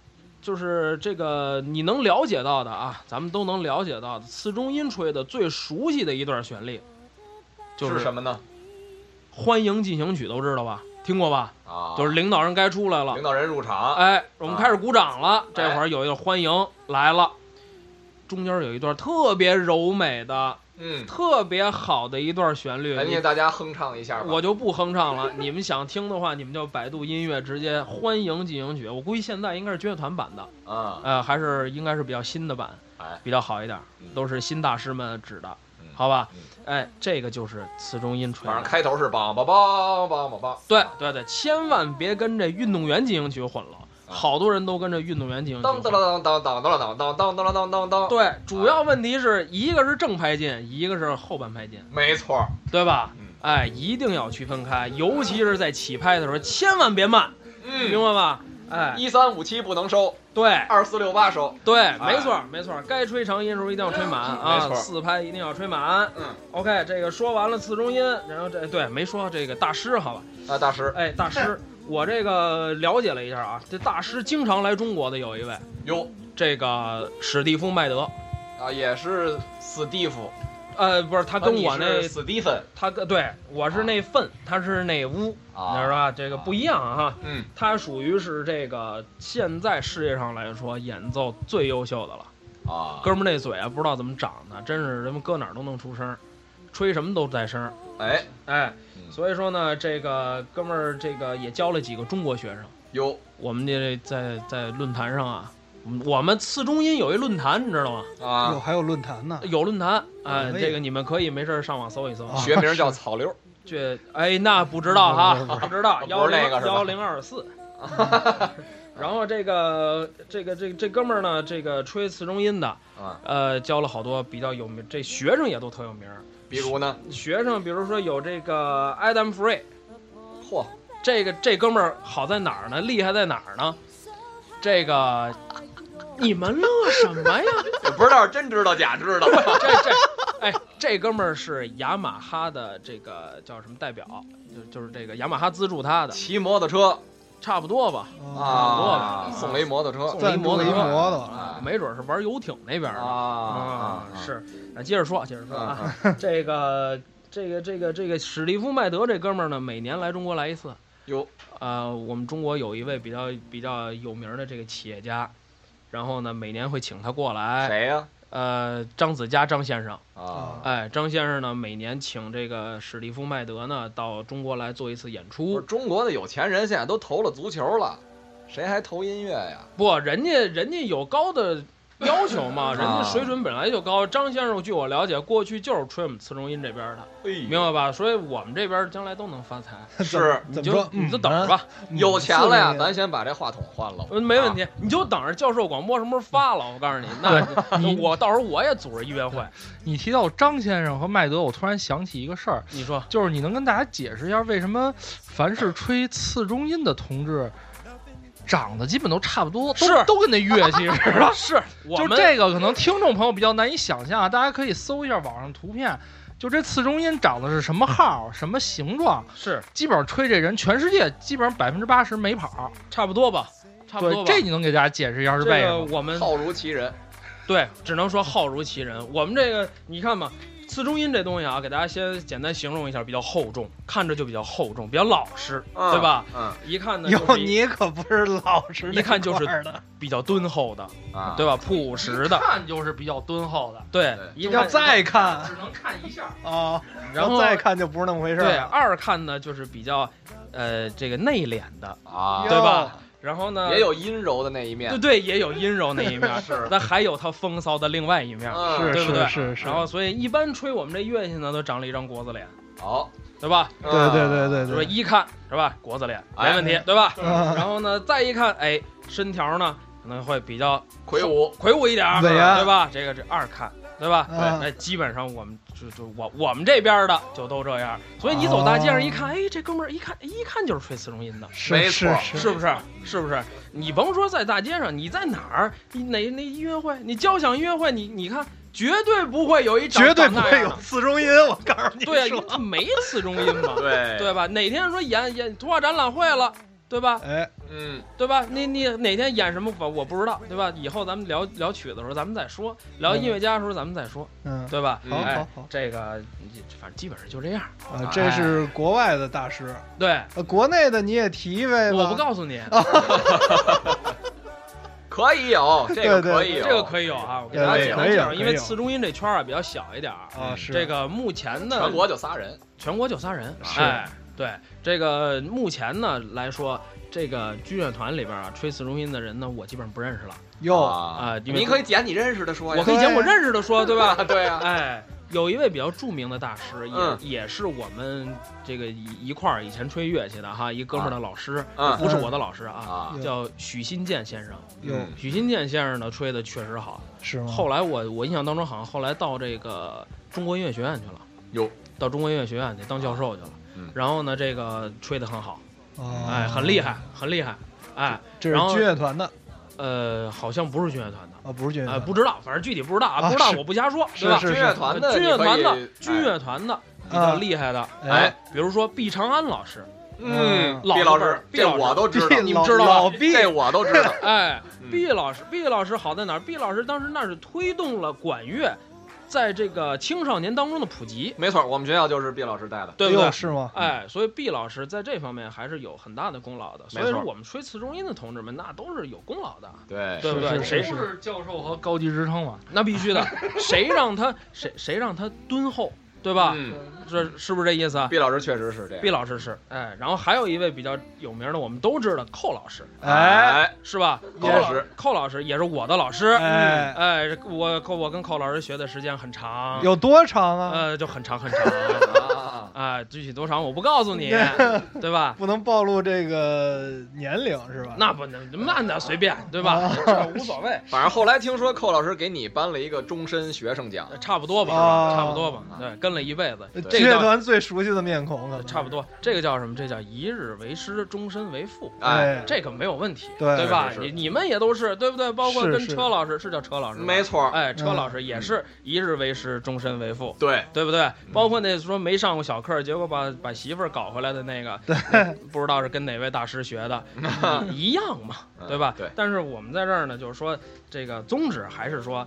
[SPEAKER 1] 就是这个你能了解到的啊，咱们都能了解到的，次中音吹的最熟悉的一段旋律，就是
[SPEAKER 4] 什
[SPEAKER 1] 《
[SPEAKER 4] 么呢？
[SPEAKER 1] 欢迎进行曲》，都知道吧？听过吧？
[SPEAKER 4] 啊，
[SPEAKER 1] 就是领导人该出来了
[SPEAKER 4] 领，导人入场，
[SPEAKER 1] 哎，我们
[SPEAKER 4] 啊
[SPEAKER 1] 开始鼓掌了。这会儿有一个欢迎来了，中间有一段特别柔美的、
[SPEAKER 4] 嗯，
[SPEAKER 1] 特别好的一段旋律，
[SPEAKER 4] 咱
[SPEAKER 1] 你
[SPEAKER 4] 给大家哼唱一下吧，
[SPEAKER 1] 我就不哼唱了。你们想听的话，你们就百度音乐直接《欢迎进行曲》，我估计现在应该是爵士团版的。
[SPEAKER 4] 啊，
[SPEAKER 1] 呃，还是应该是比较新的版
[SPEAKER 4] 哎，
[SPEAKER 1] 比较好一点儿
[SPEAKER 4] 嗯，
[SPEAKER 1] 都是新大师们指的
[SPEAKER 4] 嗯。
[SPEAKER 1] 好吧？哎，这个就是词中音吹
[SPEAKER 4] 反正
[SPEAKER 1] 的。
[SPEAKER 4] 开头是梆梆梆梆梆梆，
[SPEAKER 1] 对对对，千万别跟这运动员进行曲混了，
[SPEAKER 4] 嗯
[SPEAKER 1] 好多人都跟这运动员进行曲
[SPEAKER 4] 当
[SPEAKER 1] 混
[SPEAKER 4] 当
[SPEAKER 1] 了。
[SPEAKER 4] 当当当当当当当当当当当，，
[SPEAKER 1] 对，主要问题是一个是正拍进，一个是后半拍进，
[SPEAKER 4] 没错，
[SPEAKER 1] 对吧
[SPEAKER 4] 嗯？
[SPEAKER 1] 哎，一定要区分开，尤其是在起拍的时候，千万别慢，明
[SPEAKER 4] 嗯，
[SPEAKER 1] 白吧？哎，
[SPEAKER 4] 一三五七不能收，
[SPEAKER 1] 对
[SPEAKER 4] 二四六八收，
[SPEAKER 1] 对，没错儿没错儿，该吹长音的时候一定要吹满
[SPEAKER 4] 哎嗯没
[SPEAKER 1] 啊，
[SPEAKER 4] 错儿
[SPEAKER 1] 四拍一定要吹满。
[SPEAKER 4] 嗯
[SPEAKER 1] ，OK，这个说完了次中音，然后这哎对没说这个大师好吧？
[SPEAKER 4] 啊，大师
[SPEAKER 1] 哎，大师，我这个了解了一下啊，这大师经常来中国的有一位，
[SPEAKER 4] 哟
[SPEAKER 1] 这个史蒂夫麦德，
[SPEAKER 4] 啊，也是史蒂夫，
[SPEAKER 1] 呃，不是他跟我那
[SPEAKER 4] 史蒂芬
[SPEAKER 1] 他跟对我是那粪，他是那污，你知道
[SPEAKER 4] 啊，
[SPEAKER 1] 吧？这个不一样啊，
[SPEAKER 4] 嗯，
[SPEAKER 1] 他属于是这个现在世界上来说演奏最优秀的了。
[SPEAKER 4] 啊，
[SPEAKER 1] 哥们儿那嘴啊，不知道怎么长的，真是他妈搁哪儿都能出声儿，吹什么都带声儿。
[SPEAKER 4] 哎，
[SPEAKER 1] 哎，
[SPEAKER 4] 嗯
[SPEAKER 1] 所以说呢，这个哥们儿这个也教了几个中国学生。
[SPEAKER 4] 哟，
[SPEAKER 1] 我们这在在论坛上啊，我们我们次中音有一论坛，你知道吗？
[SPEAKER 3] 哟，
[SPEAKER 4] 啊，
[SPEAKER 3] 还有论坛呢，
[SPEAKER 1] 有论坛，哎，
[SPEAKER 3] 哎
[SPEAKER 1] 这个你们可以没事儿上网搜一搜。
[SPEAKER 3] 啊
[SPEAKER 4] 学名叫草榴，
[SPEAKER 1] 这哎，那不知道哈
[SPEAKER 3] 不是不，
[SPEAKER 1] 不知道幺
[SPEAKER 4] 不是
[SPEAKER 1] 零
[SPEAKER 4] 那个是吧
[SPEAKER 1] 幺零二 四。然后这个这个这这哥们儿呢，这个吹次中音的，
[SPEAKER 4] 啊，
[SPEAKER 1] 呃，教了好多比较有名，这学生也都特有名儿。
[SPEAKER 4] 比如呢，
[SPEAKER 1] 学生，比如说有这个 Adam Free，
[SPEAKER 4] 嚯，
[SPEAKER 1] 这个这哥们儿好在哪儿呢？厉害在哪儿呢？这个， 你们乐什么呀？
[SPEAKER 4] 也不知道是真知道假知道，
[SPEAKER 1] 这这，哎，这哥们儿是雅马哈的这个叫什么代表？就就是这个雅马哈资助他的，
[SPEAKER 4] 骑摩托车
[SPEAKER 1] 差不多吧。
[SPEAKER 3] 哦
[SPEAKER 4] 啊，
[SPEAKER 1] 多
[SPEAKER 4] 送了一摩托车
[SPEAKER 1] 送了
[SPEAKER 3] 赞助了一
[SPEAKER 1] 摩
[SPEAKER 3] 摩托，
[SPEAKER 4] 啊
[SPEAKER 1] 没准是玩游艇那边儿的
[SPEAKER 4] 啊，
[SPEAKER 1] 是。啊，接着说，接着说啊，
[SPEAKER 4] 啊，
[SPEAKER 1] 这个这个这个这个史蒂夫麦德这哥们儿呢，每年来中国来一次。
[SPEAKER 4] 哟，
[SPEAKER 1] 呃，我们中国有一位比较比较有名的这个企业家，然后呢，每年会请他过来。
[SPEAKER 4] 谁呀？
[SPEAKER 1] 呃，张子佳张先生，
[SPEAKER 4] 啊，
[SPEAKER 1] 哎，张先生呢，每年请这个史蒂夫麦德呢到中国来做一次演
[SPEAKER 4] 不
[SPEAKER 1] 出
[SPEAKER 4] 是。中国的有钱人现在都投了足球了，谁还投音乐呀？
[SPEAKER 1] 不，人家人家有高的要求 嘛，人家
[SPEAKER 4] 啊
[SPEAKER 1] 水准本来就高。张先生，据我了解，过去就是吹我们次中音这边的，明
[SPEAKER 4] 明
[SPEAKER 1] 白吧？所以我们这边将来都能发财。
[SPEAKER 4] 是
[SPEAKER 1] 你
[SPEAKER 3] 怎
[SPEAKER 1] 就
[SPEAKER 3] 么说？
[SPEAKER 1] 你就
[SPEAKER 3] 嗯
[SPEAKER 1] 等着吧，
[SPEAKER 4] 有钱了呀，
[SPEAKER 3] 嗯
[SPEAKER 4] 咱先把这话筒换了，
[SPEAKER 1] 嗯，没问题，你就等着教授广播什么时候发了。我告诉你，那
[SPEAKER 2] 你
[SPEAKER 1] 我到时候我也组织音乐会。
[SPEAKER 2] 你提到张先生和麦德，我突然想起一个事儿，
[SPEAKER 1] 你说
[SPEAKER 2] 就是你能跟大家解释一下为什么凡是吹次中音的同志长得基本都差不多，都
[SPEAKER 1] 是。
[SPEAKER 2] 都跟那乐器似的
[SPEAKER 1] 是我
[SPEAKER 2] 就
[SPEAKER 1] 们
[SPEAKER 2] 这个，可能听众朋友比较难以想象啊，大家可以搜一下网上图片，就这次中音长的是什么号、什么形状，
[SPEAKER 1] 是
[SPEAKER 2] 基本上吹这人，全世界基本上百分之八十没跑。
[SPEAKER 1] 差不多吧，差不多吧。
[SPEAKER 2] 对，这你能给大家解释一下是
[SPEAKER 1] 这
[SPEAKER 2] 为什
[SPEAKER 1] 个
[SPEAKER 2] 么？
[SPEAKER 1] 我们
[SPEAKER 4] 浩如其人，
[SPEAKER 1] 对，只能说浩如其人。我们这个你看吧，次中音这东西啊，给大家先简单形容一下，比较厚重，看着就比较厚重，比较老实，
[SPEAKER 4] 嗯
[SPEAKER 1] 对吧？
[SPEAKER 4] 嗯
[SPEAKER 1] 一看呢，
[SPEAKER 3] 哟，
[SPEAKER 1] 就是
[SPEAKER 3] 你可不是老实那
[SPEAKER 1] 一看就是
[SPEAKER 3] 块儿的，
[SPEAKER 1] 比较敦厚的，
[SPEAKER 4] 啊，
[SPEAKER 1] 对吧？朴实 的，
[SPEAKER 2] 看就是比较敦厚的，
[SPEAKER 1] 对
[SPEAKER 4] 对，
[SPEAKER 1] 一
[SPEAKER 3] 要
[SPEAKER 1] 看
[SPEAKER 3] 再看
[SPEAKER 2] 只能看一下。
[SPEAKER 3] 啊，
[SPEAKER 1] 然后
[SPEAKER 3] 再看就不是那么回事
[SPEAKER 1] 对
[SPEAKER 3] 儿了。
[SPEAKER 1] 二看呢，就是比较呃这个内敛的，
[SPEAKER 4] 啊，
[SPEAKER 1] 对吧？然后呢，
[SPEAKER 4] 也有阴柔的那一
[SPEAKER 1] 对
[SPEAKER 4] 面，
[SPEAKER 1] 对，也有阴柔那一 面，
[SPEAKER 4] 是
[SPEAKER 1] 那还有他风骚的另外一面。
[SPEAKER 4] 嗯，
[SPEAKER 3] 是
[SPEAKER 1] 啊对不对
[SPEAKER 3] 是是是
[SPEAKER 1] 然，后，所以一般吹我们这乐器呢，都长了一张国字脸，
[SPEAKER 4] 好，
[SPEAKER 1] 对吧？
[SPEAKER 4] 对
[SPEAKER 3] 对对对对
[SPEAKER 1] 就说
[SPEAKER 3] 对，
[SPEAKER 1] 一看是吧，国字脸没
[SPEAKER 4] 哎
[SPEAKER 1] 问题，对 吧？
[SPEAKER 3] 啊
[SPEAKER 1] 然后呢，再一看，哎，身条呢可能会比较
[SPEAKER 4] 魁梧，
[SPEAKER 1] 魁梧一点儿，
[SPEAKER 3] 对呀
[SPEAKER 1] 对吧？这个这二看，对吧？
[SPEAKER 3] 嗯
[SPEAKER 1] 哎，那基本上我们就就我我们这边的就都这样，所以你走大街上一
[SPEAKER 3] 哦
[SPEAKER 1] 看，哎，这哥们儿一看一看就是吹四中音的，
[SPEAKER 4] 没
[SPEAKER 3] 是
[SPEAKER 4] 错
[SPEAKER 3] 是
[SPEAKER 1] 是不是？是不是？你甭说在大街上，你在哪儿，你哪那音乐会，你交响音乐会，你你看，绝对不会有一长
[SPEAKER 3] 绝对不
[SPEAKER 1] 长那
[SPEAKER 3] 会
[SPEAKER 1] 样
[SPEAKER 3] 有
[SPEAKER 1] 的
[SPEAKER 3] 次中音，我告诉你，
[SPEAKER 1] 对啊
[SPEAKER 3] 说
[SPEAKER 1] 呀、没次中音嘛，
[SPEAKER 4] 对
[SPEAKER 1] 嗯对，吧？哪天说演演图画展览会了，对吧？
[SPEAKER 3] 哎，
[SPEAKER 4] 嗯，
[SPEAKER 1] 对吧？你你哪天演什么我我不知道，对吧？以后咱们聊聊曲子的时候咱们再说，聊音乐家的时候咱们再说，
[SPEAKER 3] 嗯，
[SPEAKER 1] 对吧？
[SPEAKER 4] 嗯
[SPEAKER 3] 好
[SPEAKER 1] 哎
[SPEAKER 3] 好，好
[SPEAKER 1] 这个反正基本上就这样。
[SPEAKER 3] 啊，这
[SPEAKER 1] 哎
[SPEAKER 3] 是国外的大师，
[SPEAKER 1] 对，
[SPEAKER 3] 呃，国内的你也提一位吧，哦
[SPEAKER 1] 我不告诉你，
[SPEAKER 4] 可以有，这个
[SPEAKER 3] 对对
[SPEAKER 4] 可以有，
[SPEAKER 1] 这个可以有啊，我给大家
[SPEAKER 4] 对
[SPEAKER 1] 讲
[SPEAKER 4] 可
[SPEAKER 3] 以
[SPEAKER 1] 一
[SPEAKER 3] 有
[SPEAKER 1] 讲，
[SPEAKER 3] 可以
[SPEAKER 1] 因为
[SPEAKER 3] 有
[SPEAKER 1] 次中音这圈儿啊比较小一点儿。
[SPEAKER 3] 啊，是
[SPEAKER 1] 这个目前呢，
[SPEAKER 4] 全国啊就仨人，
[SPEAKER 1] 全国就仨人，
[SPEAKER 3] 是
[SPEAKER 1] 哎，对，这个目前呢来说，这个军乐团里边啊，吹四中音的人呢，我基本上不认识了。
[SPEAKER 3] 哟，
[SPEAKER 4] 啊
[SPEAKER 1] 啊因为
[SPEAKER 4] 你可以捡你认识的说呀，
[SPEAKER 1] 我可以讲我认识的说，对吧？
[SPEAKER 4] 啊，对啊，
[SPEAKER 1] 哎，有一位比较著名的大师，也、
[SPEAKER 4] 嗯
[SPEAKER 1] 也是我们这个一一块儿以前吹乐器的哈，一哥们儿的老师，
[SPEAKER 4] 啊
[SPEAKER 1] 不是我的老师啊，
[SPEAKER 4] 啊，
[SPEAKER 3] 嗯
[SPEAKER 1] 叫许新建先生。
[SPEAKER 3] 有
[SPEAKER 4] 嗯
[SPEAKER 1] 许新建先生呢，吹的确实好。
[SPEAKER 3] 是吗？
[SPEAKER 1] 后来我我印象当中，好像后来到这个中国音乐学院去了，
[SPEAKER 4] 有
[SPEAKER 1] 到中国音乐学院去当教授去了。
[SPEAKER 4] 嗯
[SPEAKER 1] 然后呢，这个吹的很好，
[SPEAKER 3] 哦
[SPEAKER 1] 哎，很厉害，很厉害，哎，
[SPEAKER 3] 这
[SPEAKER 1] 然后
[SPEAKER 3] 是军乐团的
[SPEAKER 1] 呃，好像不是军乐团的。
[SPEAKER 3] 啊，不是军乐
[SPEAKER 1] 哎，
[SPEAKER 3] 团的，
[SPEAKER 1] 不知道，反正具体不知道啊，
[SPEAKER 3] 啊
[SPEAKER 1] 不知道
[SPEAKER 3] 是
[SPEAKER 1] 我不瞎说，
[SPEAKER 3] 是
[SPEAKER 1] 对吧？
[SPEAKER 3] 是
[SPEAKER 4] 军乐团的，
[SPEAKER 1] 军乐团
[SPEAKER 4] 你
[SPEAKER 1] 的
[SPEAKER 4] 可以，哎
[SPEAKER 1] 军，乐团的比较
[SPEAKER 3] 啊
[SPEAKER 1] 厉害的，
[SPEAKER 3] 哎，
[SPEAKER 1] 比如说毕长安老师，
[SPEAKER 4] 哎嗯，
[SPEAKER 1] 老
[SPEAKER 4] 毕
[SPEAKER 1] 老
[SPEAKER 4] 师
[SPEAKER 1] 师，
[SPEAKER 4] 这我都知道，
[SPEAKER 3] 毕
[SPEAKER 1] 你
[SPEAKER 3] 老
[SPEAKER 1] 们知道吧
[SPEAKER 3] 老毕
[SPEAKER 4] 这我都知 道，
[SPEAKER 1] 哎
[SPEAKER 4] 嗯，
[SPEAKER 1] 毕老师，毕老师好在哪儿？毕老师当时那是推动了管乐在这个青少年当中的普及，
[SPEAKER 4] 没错，我们学校就是毕老师带的，
[SPEAKER 1] 对不对
[SPEAKER 3] 哟？是吗？
[SPEAKER 1] 哎，所以毕老师在这方面还是有很大的功劳的。所
[SPEAKER 4] 没错
[SPEAKER 1] 以说，我们吹次中音的同志们，那都是有功劳的，
[SPEAKER 4] 对
[SPEAKER 1] 对不对？
[SPEAKER 3] 是是
[SPEAKER 1] 谁
[SPEAKER 3] 是
[SPEAKER 1] 不是教授和
[SPEAKER 2] 高级职称嘛，
[SPEAKER 1] 那必须的？谁让他谁谁让他敦厚，对吧？
[SPEAKER 4] 嗯，
[SPEAKER 1] 这是不是这意思啊？
[SPEAKER 4] 毕老师确实是这样，
[SPEAKER 1] 毕老师是，哎，然后还有一位比较有名的，我们都知道寇老师，
[SPEAKER 3] 哎
[SPEAKER 4] 哎，
[SPEAKER 1] 是吧？寇
[SPEAKER 4] 寇老
[SPEAKER 1] 老
[SPEAKER 4] 师
[SPEAKER 1] 师，寇老师也是我的老师，
[SPEAKER 3] 哎
[SPEAKER 1] 哎，我寇我跟寇老师学的时间很长，
[SPEAKER 3] 有多长啊？
[SPEAKER 1] 呃，就很长 很长，
[SPEAKER 4] 啊，
[SPEAKER 1] 啊，具体多长我不告诉 你，对吧？
[SPEAKER 3] 不能暴露这个年龄是吧？
[SPEAKER 1] 那不能，慢的随便，对吧？这无所谓，
[SPEAKER 4] 反正后来听说寇老师给你颁了一个终身学生奖，
[SPEAKER 1] 呃差不多吧，
[SPEAKER 3] 哦
[SPEAKER 1] 差不多吧，对，跟了一辈子，
[SPEAKER 3] 呃
[SPEAKER 4] 对
[SPEAKER 1] 这
[SPEAKER 3] 军
[SPEAKER 1] 个
[SPEAKER 3] 乐
[SPEAKER 1] 叫
[SPEAKER 3] 团最熟悉的面孔可能
[SPEAKER 1] 差不多，这个叫什么？这叫一日为师，终身为父。
[SPEAKER 4] 哎，
[SPEAKER 3] 哎，
[SPEAKER 1] 这个没有问题，
[SPEAKER 3] 对
[SPEAKER 1] 吧？
[SPEAKER 4] 是是
[SPEAKER 1] 你你们也都是，对不对？包括
[SPEAKER 3] 是
[SPEAKER 1] 跟
[SPEAKER 3] 是
[SPEAKER 1] 车老师是叫车老师吧，
[SPEAKER 4] 没错，
[SPEAKER 1] 哎，车
[SPEAKER 3] 嗯嗯
[SPEAKER 1] 老师也是一日为师，终身为父，
[SPEAKER 4] 对，
[SPEAKER 1] 对不对？包括那说没上过小课，结果把把媳妇儿搞回来的那个，不知道是跟哪位大师学 的，一样嘛，对吧？
[SPEAKER 4] 嗯对
[SPEAKER 1] 但是我们在这儿呢，就是说这个宗旨还是说，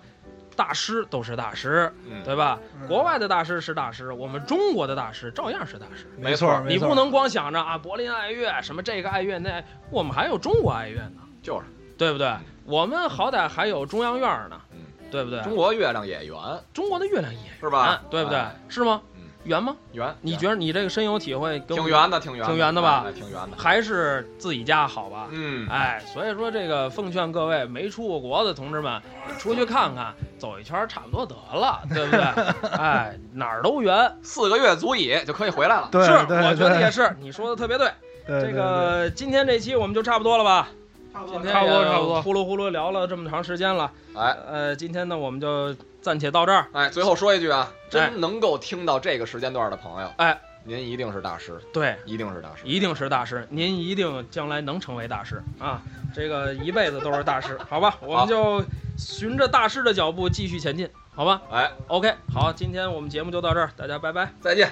[SPEAKER 1] 大师都是大师，
[SPEAKER 4] 嗯，
[SPEAKER 1] 对吧？
[SPEAKER 3] 嗯
[SPEAKER 1] 国外的大师是大师，我们中国的大师照样是大师。
[SPEAKER 3] 没
[SPEAKER 4] 错
[SPEAKER 3] 没
[SPEAKER 1] 你
[SPEAKER 3] 错
[SPEAKER 1] 不能光想着啊，柏林爱乐什么这个爱乐那爱，我们还有中国爱乐呢，
[SPEAKER 4] 就是
[SPEAKER 1] 对不对？我们好歹还有中央院呢
[SPEAKER 4] 嗯，
[SPEAKER 1] 对不对？
[SPEAKER 4] 中国月亮也圆，
[SPEAKER 1] 中国的月亮也
[SPEAKER 4] 是
[SPEAKER 1] 圆
[SPEAKER 4] 吧？，
[SPEAKER 1] 啊对不对
[SPEAKER 4] 哎？
[SPEAKER 1] 是吗
[SPEAKER 4] 嗯？
[SPEAKER 1] 圆吗？
[SPEAKER 4] 圆，
[SPEAKER 1] 你觉得你这个深有体会，跟我
[SPEAKER 4] 挺圆的，挺圆，
[SPEAKER 1] 挺圆的吧
[SPEAKER 4] 哎挺圆的，
[SPEAKER 1] 还是自己家好吧？
[SPEAKER 4] 嗯，
[SPEAKER 1] 哎，所以说这个奉劝各位没出过国的同志们，出去看看，走一圈儿差不多得了，对不 对？哎，哪儿都圆，
[SPEAKER 4] 四个月足以就可以回来了。
[SPEAKER 3] 对
[SPEAKER 1] 是，
[SPEAKER 3] 对
[SPEAKER 1] 我觉得
[SPEAKER 3] 对
[SPEAKER 1] 也是，你说的特别对。
[SPEAKER 3] 对
[SPEAKER 1] 这
[SPEAKER 3] 对
[SPEAKER 1] 个今天这期我们就差不多了吧？差不多，
[SPEAKER 2] 差不多差不多
[SPEAKER 1] 呼噜呼噜聊了这么长时间了，
[SPEAKER 4] 哎
[SPEAKER 1] 呃，今天呢我们就暂且到这儿。
[SPEAKER 4] 哎，最后说一句啊，真能够听到这个时间段的朋友，
[SPEAKER 1] 哎，
[SPEAKER 4] 您一定是大师，
[SPEAKER 1] 对，
[SPEAKER 4] 一定是大师。
[SPEAKER 1] 一定是大师，您一定将来能成为大师啊！这个一辈子都是大师，好吧？我们就循着大师的脚步继续前进，好吧
[SPEAKER 4] 哎，
[SPEAKER 1] ？OK，好，今天我们节目就到这儿，大家拜拜。
[SPEAKER 4] 再见。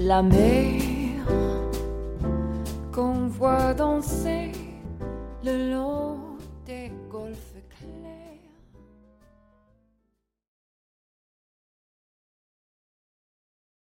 [SPEAKER 6] La mer qu'on voit danser le long